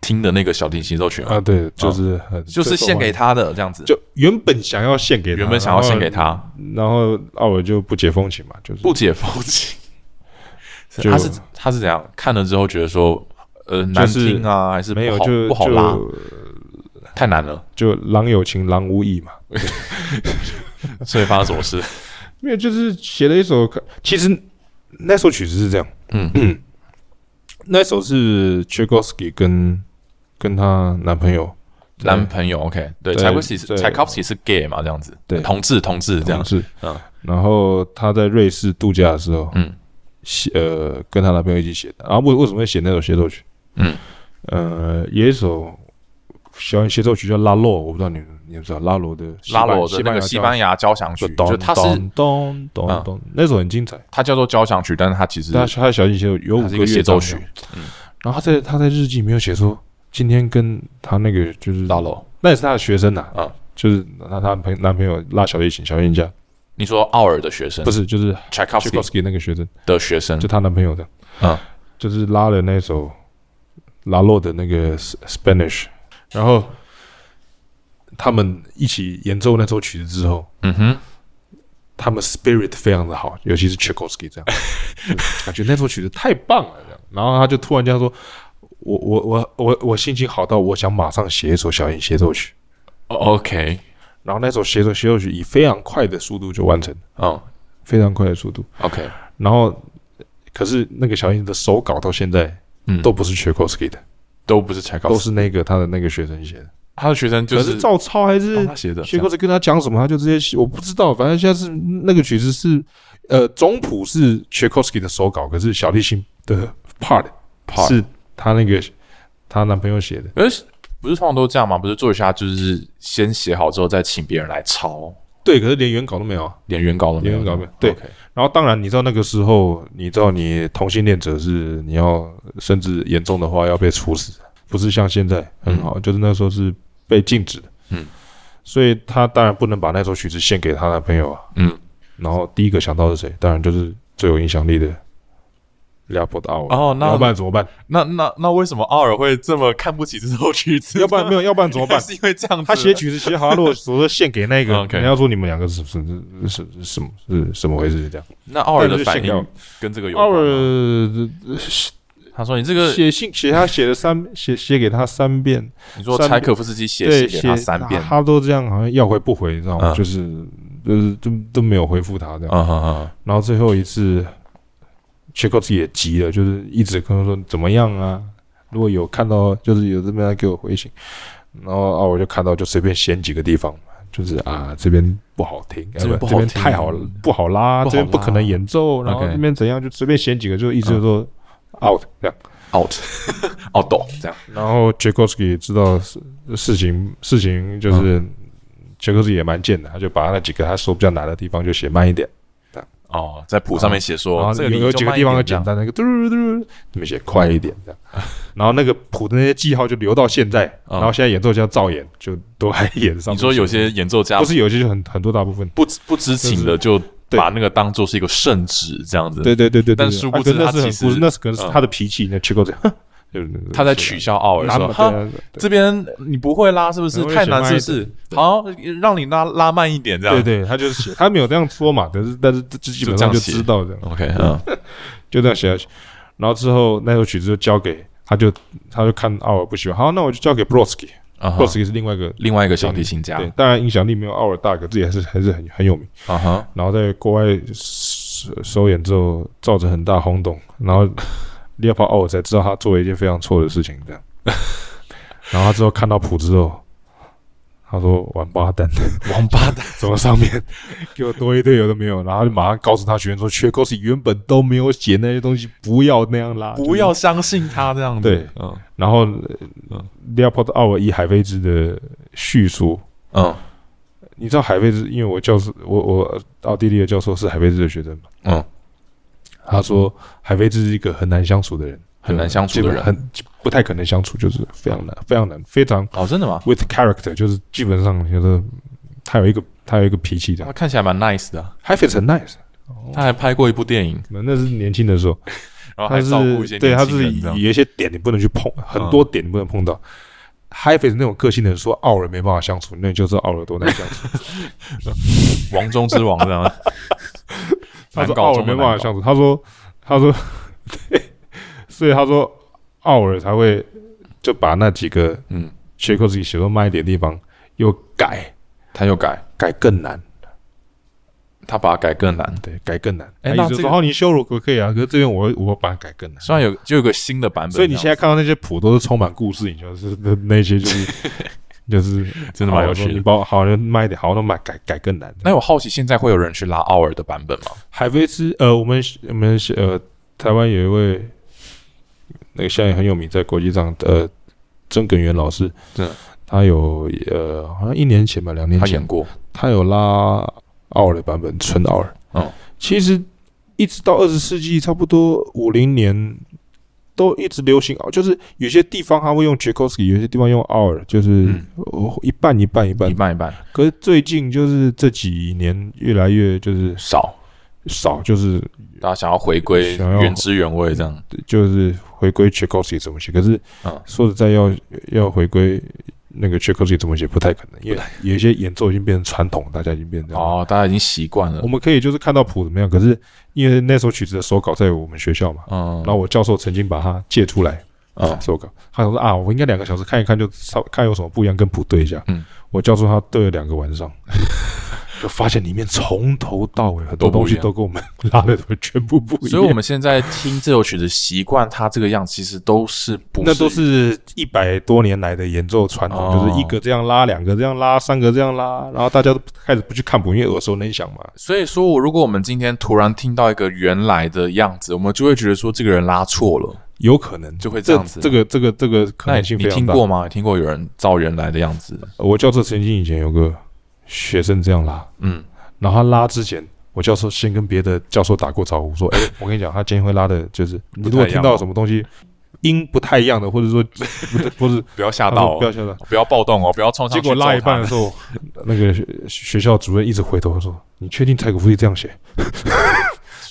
S1: 听的那个小提琴协奏曲嘛，
S2: 啊，对，就是很
S1: 就是献给，他的这样子。
S2: 就原本想要献给他，
S1: 啊原本想要献给他，
S2: 然后，然后奥尔就不解风情嘛，就是
S1: 不解风 情。是
S2: 就
S1: 他是他是怎样看了之后觉得说，呃，难听啊，还是
S2: 没有
S1: 不好
S2: 就
S1: 不好拉，
S2: 就
S1: 太难了，
S2: 就郎有情郎无意嘛，
S1: 所以发生什么 事？
S2: 没有就是写了一首，其实那首曲子是这样，
S1: 嗯，
S2: 那首是 Tchaikovsky 跟跟她男朋友在
S1: 男朋友，OK，对，
S2: 对
S1: 柴可夫斯基是
S2: 对
S1: 柴可夫斯基是 gay 嘛，这样子，
S2: 对
S1: 同志同志这样
S2: 同，志，
S1: 嗯
S2: 然后她在瑞士度假的时候，
S1: 嗯
S2: 写呃跟她男朋友一起写的，然后为为什么会写那首协奏曲？
S1: 嗯，
S2: 呃，有一首小协奏曲叫拉洛，我不知道你们你们知道拉罗的西
S1: 拉
S2: 班
S1: 罗的那个西班牙交响曲，就它是
S2: 咚咚咚咚，那首很精彩。
S1: 它叫做交响曲，但是它其实
S2: 他他的小提琴协奏有五
S1: 它是一个
S2: 个
S1: 协奏
S2: 乐章
S1: 曲
S2: 这样，然后他在他在日记没有写说今天跟他那个就是
S1: 拉罗。
S2: 那也是他的学生呐、
S1: 啊
S2: 就是他他朋男朋友拉小提琴小提琴家，
S1: 你说奥尔的学生
S2: 不是就是
S1: c h a i k o v s k
S2: c h k
S1: y
S2: o s k y 那个学生，
S1: 的学生
S2: 就她男朋友的，
S1: 嗯啊，
S2: 就是拉了那首拉洛的那个 S- Spanish，然后他们一起演奏那首曲子之后，
S1: 嗯哼，
S2: 他们 spirit 非常的好，尤其是 Tchaikovsky 这样，就是感觉那首曲子太棒了这样。然后他就突然间说：“我我我我我心情好到我想马上写一首小型协奏曲。
S1: O- OK，”
S2: 然后那首协奏协奏曲以非常快的速度就完成，
S1: 嗯
S2: 非常快的速度。
S1: ，OK，
S2: 然后可是那个小型的手稿到现在
S1: 嗯，
S2: 都不是 Tchaikovsky 的，
S1: 都不是 c h a i k o
S2: 都
S1: v s k
S2: 是那个他的那个学生写的。
S1: 他的学生就
S2: 可
S1: 是
S2: 是照抄还是
S1: 帮他写的，
S2: 薛克是跟他讲什么，他就直接写，我不知道，反正现在是那个曲子是，呃，总谱是 Tchaikovsky 的手稿，可是小提琴的 part
S1: 怕，
S2: 是他那个她男朋友写的，
S1: 可是不是通常都这样吗？不是作曲家就是先写好之后再请别人来抄，
S2: 对，可是连原稿都没有啊。
S1: 连原稿都没有，
S2: 连原稿没有对
S1: OK，
S2: 然后当然，你知道那个时候，你知道你同性恋者是你要甚至严重的话要被处死，不是像现在很好，就是那时候是被禁止的。
S1: 嗯，
S2: 所以她当然不能把那首曲子献给她男朋友啊。
S1: 嗯，
S2: 然后第一个想到是谁？当然就是最有影响力的 Leopold a u
S1: 哦那
S2: 要不然怎么办？
S1: 那那那为什么奥尔会这么看不起这首曲子？
S2: 要 不然没有，要不然怎么
S1: 原来
S2: 办？
S1: 是因为这样子，
S2: 他写曲子写好，他如果说献给那个，
S1: OK
S2: 人家说你们两个是是是是是什么是什么回事？这样，
S1: 那奥尔的反
S2: 但是献给
S1: 应跟这个有
S2: 奥
S1: 关吗
S2: 尔
S1: 他说你这个
S2: 写信写他写了三写写给他三遍，
S1: 你说
S2: 三
S1: 柴可夫斯基写信
S2: 对，写
S1: 给他三遍，
S2: 他都这样，好像要回不回，你知道吗？
S1: 嗯
S2: 就是就是都都没有回复他这样。
S1: 嗯嗯嗯
S2: 然后最后一次 c h e k o v s 也急了，就是一直跟他说怎么样啊？如果有看到，就是有这边来给我回信，然后啊我就看到就随便选几个地方嘛。就是啊，这边不好听，
S1: 这边
S2: 啊
S1: 不好
S2: 这边
S1: 听
S2: 太好不好
S1: 不好拉
S2: 拉，这边不可能演奏，然后
S1: OK 嗯
S2: 这边怎样，就随便选几个，就一直说 out 这样。
S1: ，out out 这样，
S2: 然后 j a k o s k y 知道事事情，事情就是 j a k o s k y 也蛮贱的，他就把那几个他说比较难的地方就写慢一点，
S1: 哦，在谱上面写
S2: 然
S1: 说
S2: 后
S1: 这
S2: 哦有
S1: 个你
S2: 有
S1: 就
S2: 几个
S1: 慢一
S2: 地方
S1: 点
S2: 要
S1: 这样
S2: 简单，那个嘟嘟嘟，你们写快一点这样。然后那个谱的那些记号就留到现在，
S1: 嗯
S2: 然后现在演奏家照演就都还演上面。
S1: 你说有些演奏家
S2: 不是有些就很很多大部分，
S1: 不知不知情的就
S2: 对
S1: 把那个当做是一个圣旨这样子，
S2: 对对对对，对
S1: 但
S2: 对
S1: 殊不
S2: 啊
S1: 知
S2: 可是
S1: 他
S2: 那是很
S1: 其实
S2: 不是那是可能是
S1: 嗯
S2: 他的脾气，那 j a k o s k
S1: 他在取笑奥尔
S2: 拿
S1: 说：“
S2: 对啊
S1: 哈，
S2: 对
S1: 这边你不会拉是不是？
S2: 嗯我也
S1: 太难是不
S2: 写慢
S1: 是？好，让你拉拉慢一点这样。”
S2: 对对，他就是写，他没有这样说嘛，但是但是这这基本上
S1: 就这样写
S2: 就知道这样。
S1: ，OK，嗯
S2: 就这样写下去。然后之后那首曲子就交给他就，他就看奥尔不喜欢，好，那我就交给 Brodsky，Brodsky
S1: 啊哈，
S2: 是另外一个，
S1: 另外一个小提琴家，
S2: 对，当然影响力没有奥尔大，可自己还是还是很很有名。
S1: 啊哈，
S2: 然后在国外首首演之后，造成很大轰动，然后 利亚帕奥尔才知道他做了一件非常错的事情，这样。 然后他之后看到谱之后，他说：“王八蛋，
S1: 王八蛋，
S2: 怎么上面给我多一堆有的没有？”然后他就马上告诉他学员说：“缺口是原本都没有写那些东西，不要那样拉，
S1: 不要相信他这样子。
S2: 对，
S1: 嗯
S2: 然后
S1: 嗯
S2: l e o p o l 奥尔以海飞兹的叙述，
S1: 嗯
S2: 你知道海飞兹，因为我教授，我我奥地利的教授是海飞兹的学生嘛，
S1: 嗯，
S2: 他说海飞兹是一个很难相处的人，
S1: 很难相处
S2: 基
S1: 的
S2: 本
S1: 人。
S2: 很不太可能相处，就是非常难，非常难，非常
S1: 哦，真的吗？
S2: with character，就是基本上觉得他有一个他有一个脾气这
S1: 他。
S2: 样
S1: 看起来蛮哦 nice 的啊、
S2: h i f i t 很 nice，
S1: 他还拍过一部电影，
S2: 那那是年轻的时候，
S1: 然后
S2: 他
S1: 还
S2: 是
S1: 照顾一些
S2: 对，
S1: 年
S2: 他
S1: 轻
S2: 是
S1: 人这样。
S2: 有一些点你不能去碰，很多点你不能碰到。h i f i t 那种个性的人说傲人没办法相处，那你就知道傲人多难相处。
S1: 王中之王这 样。
S2: 他
S1: 难
S2: 说
S1: 搞
S2: 傲
S1: 中
S2: 人
S1: 的
S2: 没办法
S1: 难搞
S2: 相处，他说他说 对，所以他说傲人才会就把那几个
S1: 嗯，
S2: 缺口自己写作慢一点的地方又改
S1: 他又改，
S2: 改更难，
S1: 他把它改更难。
S2: 对，改更难。
S1: 哎
S2: 他
S1: 那
S2: 意思
S1: 这
S2: 说
S1: 个
S2: 哦，你羞辱我可以啊，可是这边我我把它改更难。
S1: 虽然有就有个新的版本这
S2: 所
S1: 样
S2: 以
S1: 子，
S2: 你现在看到那些谱都是充满故事，你就是那那些就是 就是
S1: 真的蛮有
S2: 好
S1: 趣
S2: 你
S1: 的。
S2: 把我好像慢一点，好，那买改改更难。
S1: 那我好奇，现在会有人去拉奥尔的版本吗？
S2: 海飞丝，呃，我们我们呃，台湾有一位那个现在很有名，在国际上的呃，曾耿元老师，
S1: 对，
S2: 他有呃，好像一年前吧，两年
S1: 他
S2: 前
S1: 演过，
S2: 他有拉奥尔的版本，纯奥尔。
S1: 嗯，
S2: 其实一直到二十世纪差不多五零年，都一直流行奥，就是有些地方他会用 c h a k o s k y 有些地方用奥尔，就是
S1: 嗯
S2: 哦一半一半一半
S1: 一。半一半，
S2: 可是最近就是这几年越来越就是
S1: 少，
S2: 少，就是
S1: 大家想要回归
S2: 想要
S1: 原汁原味这样。
S2: 就是回归 c h a k o s k y 怎么写。可是
S1: 嗯
S2: 说实在要要回归。那个 c h a k o s k y 怎么写不太可能，因为有一些演奏已经变成传统，大家已经变成这样。
S1: 哦，大家已经习惯了
S2: 我。们可以就是看到谱怎么样，可是因为那首曲子的手稿在我们学校嘛，
S1: 嗯，
S2: 然后我教授曾经把它借出来
S1: 嗯
S2: 手稿，他想说啊，我应该两个小时看一看就，稍看有什么不一样，跟谱对一下。
S1: 嗯，
S2: 我教授他对了两个晚上， 就发现里面从头到尾很
S1: 都
S2: 多
S1: 不一
S2: 东西
S1: 样
S2: 都跟我们 拉的全部不一样，
S1: 所以我们现在听这首曲子，习惯它这个样，其实都是不
S2: 那都是一百多年来的演奏传统，
S1: 哦
S2: 就是一个这样拉，两个这样拉，三个这样拉，然后大家都开始不去看谱，因为耳熟能详嘛。
S1: 所以说，我如果我们今天突然听到一个原来的样子，我们就会觉得说这个人拉错了。
S2: 有可能
S1: 就会这
S2: 这
S1: 样子
S2: 这个这个这个可
S1: 那
S2: 能
S1: 你
S2: 性
S1: 你
S2: 非常大。
S1: 听过吗？你听过有人照原来的样子？
S2: 我教授曾经以前有个学生这样拉，
S1: 嗯，
S2: 然后他拉之前，我教授先跟别的教授打过招 呼，说：“哎、我跟你讲，他今天会拉的，就是你如果听
S1: 哦
S2: 到什么东西音不太一样的，或者说不是不是
S1: 不要 吓
S2: 他
S1: 到、
S2: 说
S1: 哦，
S2: 不要吓到。
S1: 不要暴动哦，不要冲”上
S2: 结
S1: 去
S2: 果拉一
S1: 揍他
S2: 半的时候， 那个学学校主任一直回头说：“你确定柴可夫斯基这样写？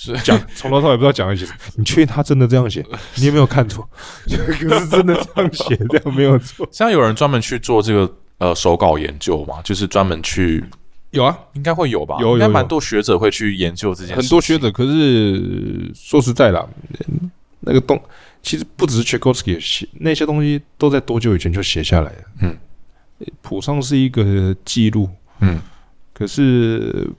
S1: 是
S2: 讲从头到尾不知道讲了些什么。你确定他真的这样写？你有没有看错？ 可是真的这样写，这样没有错。
S1: 现在有人专门去做这个呃手稿研究嘛，就是专门去，
S2: 有啊，
S1: 应该会有吧？
S2: 有有
S1: 应该蛮
S2: 有
S1: 多学者会去研究这件事情。
S2: 很多学者，可是说实在啦，嗯那个东其实不只是 c h a k o s k y 写那些东西，都在多久以前就写下来了。
S1: 嗯，
S2: 谱上是一个记录，
S1: 嗯
S2: 可是、嗯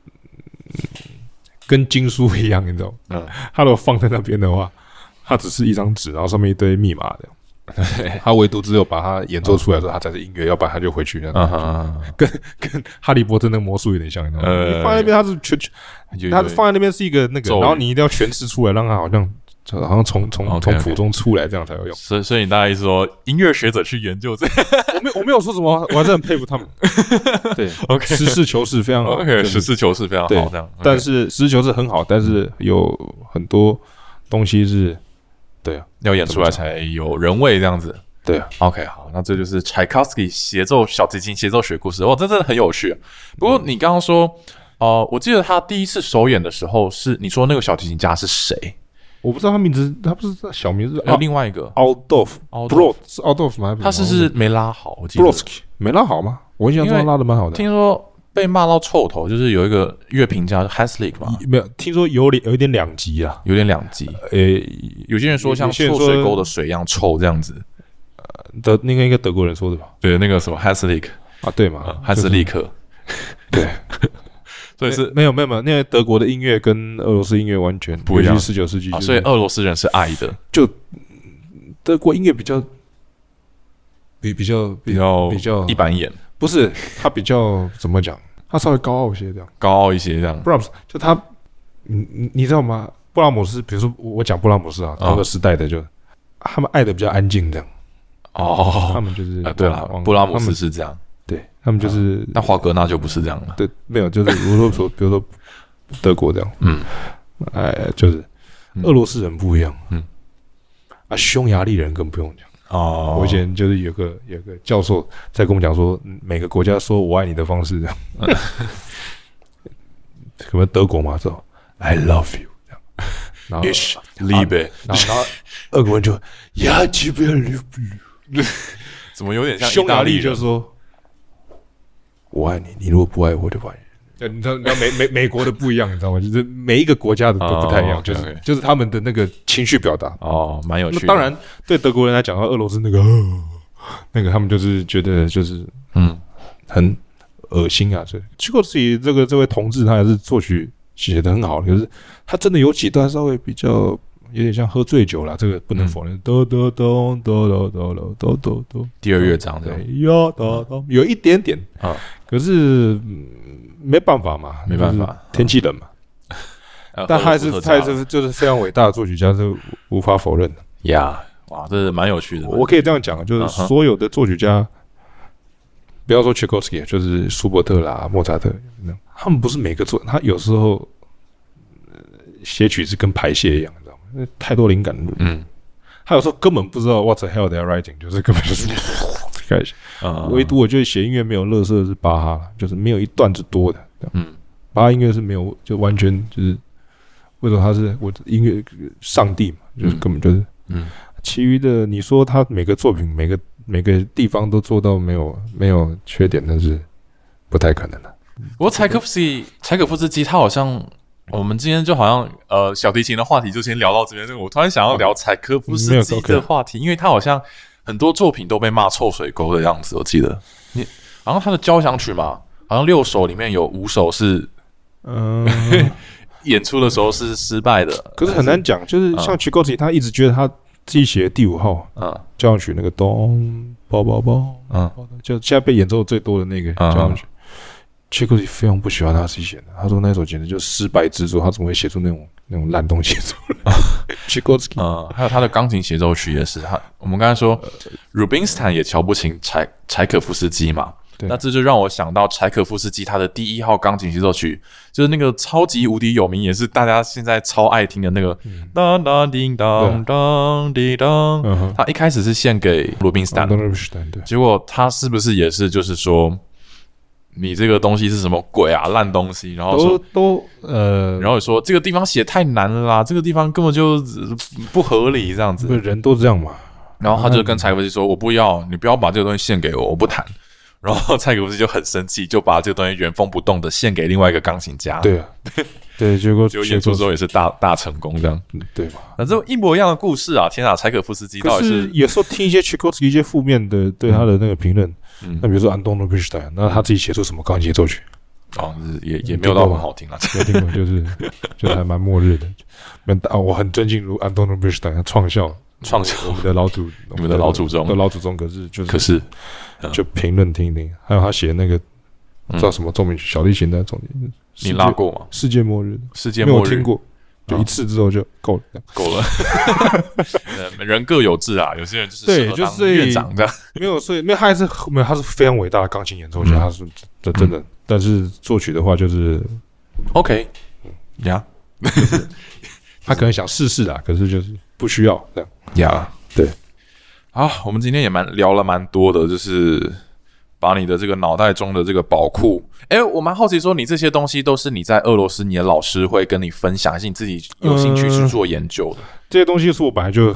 S2: 跟经书一样，你知道吗？
S1: 嗯，
S2: 它如果放在那边的话，它只是一张纸，然后上面一堆密码的。
S1: 对，
S2: 它唯独只有把它演奏出来的时候，它才是音乐，要不然它就回去那。
S1: 嗯哼，
S2: 跟哈利波特那个魔术有点像，你知道吗？
S1: 呃
S2: 你放在那边，它是全全
S1: 有
S2: 它
S1: 有
S2: 放在那边是一个那
S1: 咒语
S2: 个，
S1: 哦
S2: 然后你一定要诠释出来，让它好像好像从从
S1: OK，OK
S2: 从谱中出来，这样才有用。
S1: 所以所以你大概说音乐学者去研究这
S2: 我没有我没有说什么， 我还是很佩 服他们。对，
S1: OK
S2: 实事求是非 常好。
S1: OK
S2: 就
S1: 实
S2: 是
S1: 事求是非常
S2: 哦对
S1: 好这样，
S2: 但是实事求是很好，但是有很多东西是，对啊，
S1: 要演出来才有人味这样子。
S2: 对啊，
S1: OK，好，那这就是柴可夫斯基协奏小提琴协奏曲故事。哦哇，这真的很有趣。啊不过你刚刚说，呃，我记得他第一次首演的时候是你说那个小提琴家是谁？
S2: 我不知道他名字，他不是小名字
S1: 还有哎另外一个，
S2: 奥豆夫
S1: 哦
S2: b r o d 是奥豆夫吗？
S1: 他是不是没拉好？我记
S2: b r o
S1: 得
S2: s k 没拉好吗？我印象中
S1: 因
S2: 他
S1: 为
S2: 拉的蛮好的。
S1: 听说被骂到臭头，就是有一个乐评家 Haslick 嘛，
S2: 没有听说有点有一点两极啊，
S1: 有点两极。
S2: 诶、
S1: 有些人说像
S2: 有些人
S1: 臭
S2: 说
S1: 水沟的水一样臭这样子。
S2: 德那个应该德国人说的吧？
S1: 对，那个什么 Haslick，
S2: 啊，对嘛，
S1: 汉斯利克，
S2: 对，
S1: 所以
S2: 就是是没有没有没有，那个德国的音乐跟俄罗斯音乐完全
S1: 不一样
S2: 十九世纪、
S1: 啊，
S2: 就是
S1: 所以俄罗斯人是爱的，
S2: 德国音乐比较比比较
S1: 比
S2: 比
S1: 较
S2: 比较
S1: 一板一眼，
S2: 不是它比较怎么讲？它稍微高傲一些，这样。
S1: 高傲一些这样。
S2: 布拉姆斯就他，你你你知道吗？布拉姆斯，比如说我我讲布拉姆斯啊，
S1: 啊
S2: 那个时代的就他们爱的比较安静，这样。他
S1: 哦，
S2: 们就是
S1: 啊，对了
S2: 往，
S1: 布拉姆，
S2: 他
S1: 斯啊
S2: 们
S1: 是这样，
S2: 对他们就是
S1: 那华格纳就不是这样了。
S2: 对，没有，就是比如说说，比如说德国这样，
S1: 嗯，
S2: 哎，就是
S1: 嗯
S2: 俄罗斯人不一样，
S1: 嗯，
S2: 啊，匈牙利人更不用讲。
S1: 哦，
S2: 我以前就是有个有个教授在跟我们讲说，嗯每个国家说我爱你的方式，什么德国嘛，说 I love you 这样，然后
S1: Ich liebe，
S2: 然后然后俄国人就 Ja, ich liebe you
S1: 怎么有点像意
S2: 匈
S1: 大
S2: 牙
S1: 利
S2: 利就
S1: 人？
S2: 说：“我爱你，你如果不爱我，就不爱你。”呃，你知道，你知道美美美国的不一样，你知道吗？就是每一个国家的都不太一样，
S1: 哦
S2: 就是
S1: OK，OK
S2: 就是他们的那个情绪表达。
S1: 哦，蛮有
S2: 那
S1: 趣的。
S2: 当，然，对德国人来讲，哦俄罗斯那个、呃那个，他们就是觉得就是
S1: 嗯，
S2: 很恶心啊。这结果自己这个这位同志，他还是作曲写的很好，可是他真的有几段稍微比较有点像喝醉酒了，这个不能
S1: 嗯
S2: 否认。哆哆哆哆哆哆哆哆哆哆。
S1: 第二乐章这样。
S2: 对，有的都有一点点
S1: 啊，
S2: 可是嗯没办法嘛，
S1: 没办法啊
S2: 就是天气冷嘛。
S1: 呃
S2: 但他还是
S1: 喝喝
S2: 他还
S1: 茶了
S2: 是就是非常伟大的作曲家，是无法否认的。
S1: 呀，哇，这是蛮有趣的。
S2: 我可以这样讲，啊就
S1: 嗯
S2: 是
S1: 哼
S2: 所有的作曲家，不要说 Tchaikovsky，就是舒伯特啦、莫扎特，那他们不是每个作，他有时候呃写曲是跟排泄一样，你知道吗？那太多灵感了，
S1: 嗯
S2: 他有时候根本不知道 what the hell they're writing，就是根本就是 开始
S1: 嗯，
S2: 唯独我觉得写音乐没有乐色的是巴哈了，就是没有一段是多的。这样
S1: 嗯
S2: 巴哈音乐是没有，就完全就是为什么他是我音乐上帝嘛，就是
S1: 嗯
S2: 根本就是。
S1: 嗯
S2: 其余的你说他每个作品每个每个地方都做到没有没有缺点，那是不太可能的。
S1: 不过柴可夫斯基，柴可夫斯基他好像，我们今天就好像呃小提琴的话题就先聊到这边。我突然想要聊柴可夫斯基
S2: 没有
S1: 的话题，因为他好像很多作品都被骂臭水沟的样子，我记得。你，然后他的交响曲嘛，好像六首里面有五首是
S2: 嗯，
S1: 演出的时候是失败的，
S2: 可是很难讲，就是
S1: 啊
S2: 像曲高奇，他一直觉得他自己写的第五号
S1: 嗯
S2: 交响曲那个咚包包包，
S1: 嗯
S2: 就现在被演奏最多的那个
S1: 嗯
S2: 交响曲，切克里非常不喜欢他自己写的，他说那首简直就是失败之作，他怎么会写出那种那种烂东西出
S1: 啊
S2: 来？切克里
S1: 嗯，还有他的钢琴协奏曲也是。他我们刚才
S2: 呃
S1: 说，鲁宾斯坦也瞧不起柴柴可夫斯基嘛。
S2: 对
S1: 那这就让我想到柴可夫斯基他的第一号钢琴协奏曲，就是那个超级无敌有名，也是大家现在超爱听的那个当当叮当当叮当。
S2: 嗯哼，
S1: 他一开始是献给鲁宾斯坦
S2: 安，东尼施坦对，
S1: 结果他是不是也是就是说，你这个东西是什么鬼啊，烂东西？然后说
S2: 都都呃，
S1: 然后说这个地方写太难了啦，这个地方根本就呃不合理这样
S2: 不
S1: 子。
S2: 是人都这样嘛？
S1: 然后他就跟柴可夫斯基说：“我不要，你不要把这个东西献给我，我不弹。”然后柴可夫斯基就很生气，就把这个东西原封不动的献给另外一个钢琴家。，
S2: 对啊，对，结果
S1: 结果演出之后也是大大成功这样。
S2: 嗯对嘛？
S1: 反正一模一样的故事啊！天啊，柴可夫斯基到
S2: 可
S1: 底
S2: 是
S1: 是
S2: 有时候听一些切克里一些负面的对他的那个评论，
S1: 嗯
S2: 那比如说安东尼施坦，那他自己写出什么钢琴协奏曲？
S1: 哦，就是也也没有到很好听啊。
S2: 有听过，就是就是还蛮末日的。没啊，我很尊敬如安东尼布什坦他创校
S1: 创校
S2: 我们的老祖，
S1: 你们的老祖宗
S2: 我们的老祖宗，可是就是
S1: 可 是
S2: 就评论听一听，还有他写那个
S1: 嗯
S2: 叫什么奏鸣曲，小提琴的奏鸣曲，
S1: 你拉过 吗？
S2: 世界末日，
S1: 世界
S2: 没有
S1: 末日啊
S2: 听过，就一次之后就够了。
S1: 够了。呃人各有志啊，有些人就是
S2: 对
S1: 适合
S2: 就
S1: 当
S2: 是
S1: 院长这样。
S2: 没有，所以没有，他还是没有，他是非常伟大的钢琴演奏家，
S1: 嗯
S2: 他是这真的。但是作曲的话，就是
S1: OK，呀
S2: 他可能想试试啊，可是就是不需要这样。
S1: 呀，
S2: 对，
S1: 啊，我们今天也蛮聊了蛮多的，就是把你的这个脑袋中的这个宝库，哎，我蛮好奇说你这些东西都是你在俄罗斯，你的老师会跟你分享，还是你自己有兴趣去做研究的？
S2: 这些东西是我本来就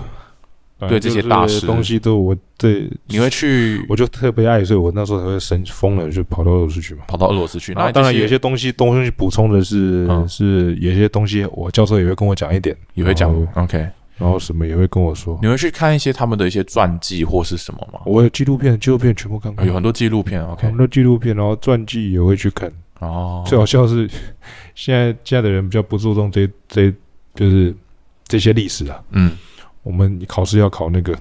S2: 本来
S1: 对
S2: 就
S1: 这些
S2: 是
S1: 大师
S2: 东西都我对，
S1: 你会去
S2: 我就特别爱，所以我那时候才会神疯了，就跑到俄罗斯去嘛。
S1: 跑到俄罗斯去？
S2: 然
S1: 那
S2: 啊后当然有
S1: 这
S2: 些东西东西补充的是、
S1: 嗯
S2: 是有些东西我教授也会跟我讲一点，
S1: 也会讲嗯
S2: 然后
S1: ，OK，
S2: 然后什么也会跟我说。
S1: 你会去看一些他们的一些传记或是什么吗？
S2: 我有纪录片，纪录片全部看过，
S1: 有很多纪录片
S2: 我
S1: ，OK，
S2: 们的纪录片，然后传记也会去看。
S1: 哦，
S2: 最好笑的是现在现在的人比较不注重这这就是这些历史啊。
S1: 嗯，
S2: 我们考试要考那个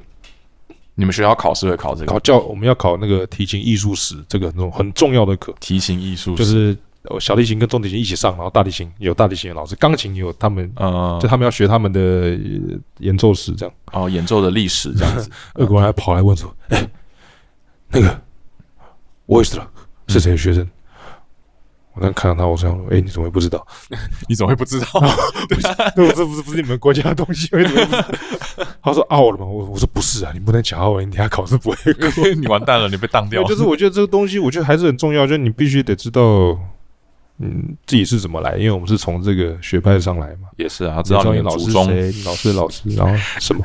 S1: 你们学校考试会考这个
S2: 考教，我们要考那个提琴艺术史这个那种很重要的课。
S1: 提琴艺术，
S2: 就是呃小提琴跟中提琴一起上，然后大提琴也有大提琴的老师，钢琴也有他们，
S1: 呃
S2: 就他们要学他们的呃演奏史这样。
S1: 哦演奏的历史这 样子，
S2: 俄国人还跑来问说：“哎、那个我也是了，是谁的学生？我那看到他，我想说，哎、你怎么会不知道？
S1: 你怎么会不知道？
S2: 对，我这不是不是你们国家的东西，我怎么会不知道 他说奥了嘛，我我说不是啊，你不能讲奥了，你等下考试不会过。
S1: 你完蛋了，你被当掉
S2: 对，。就是我觉得这个东西，我觉得还是很重要，就是你必须得知道，嗯，自己是怎么来，因为我们是从这个学派上来嘛，
S1: 也是啊，知道你
S2: 你
S1: 的
S2: 老
S1: 祖
S2: 师
S1: 宗，
S2: 谁，你老师的老师，然后 什么，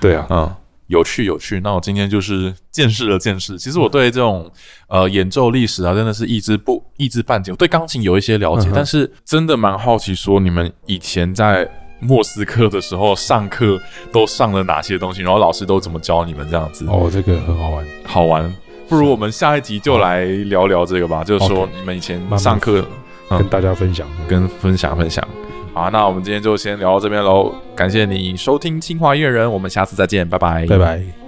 S2: 对啊，
S1: 嗯，有趣有趣。那我今天就是见识了见识。其实我对这种呃演奏历史啊，真的是一知不一知半解。我对钢琴有一些了解，
S2: 嗯哼
S1: 但是真的蛮好奇，说你们以前在莫斯科的时候上课都上了哪些东西，然后老师都怎么教你们这样子，
S2: 哦，这个很好玩，
S1: 好玩。不如我们下一集就来聊聊这个吧，就是说
S2: OK
S1: 你们以前
S2: 慢慢
S1: 上课嗯
S2: 跟大家分享。
S1: 跟分享分享。好，那我们今天就先聊到这边喽，感谢你收听《清华音乐人》，我们下次再见，拜拜，
S2: 拜拜。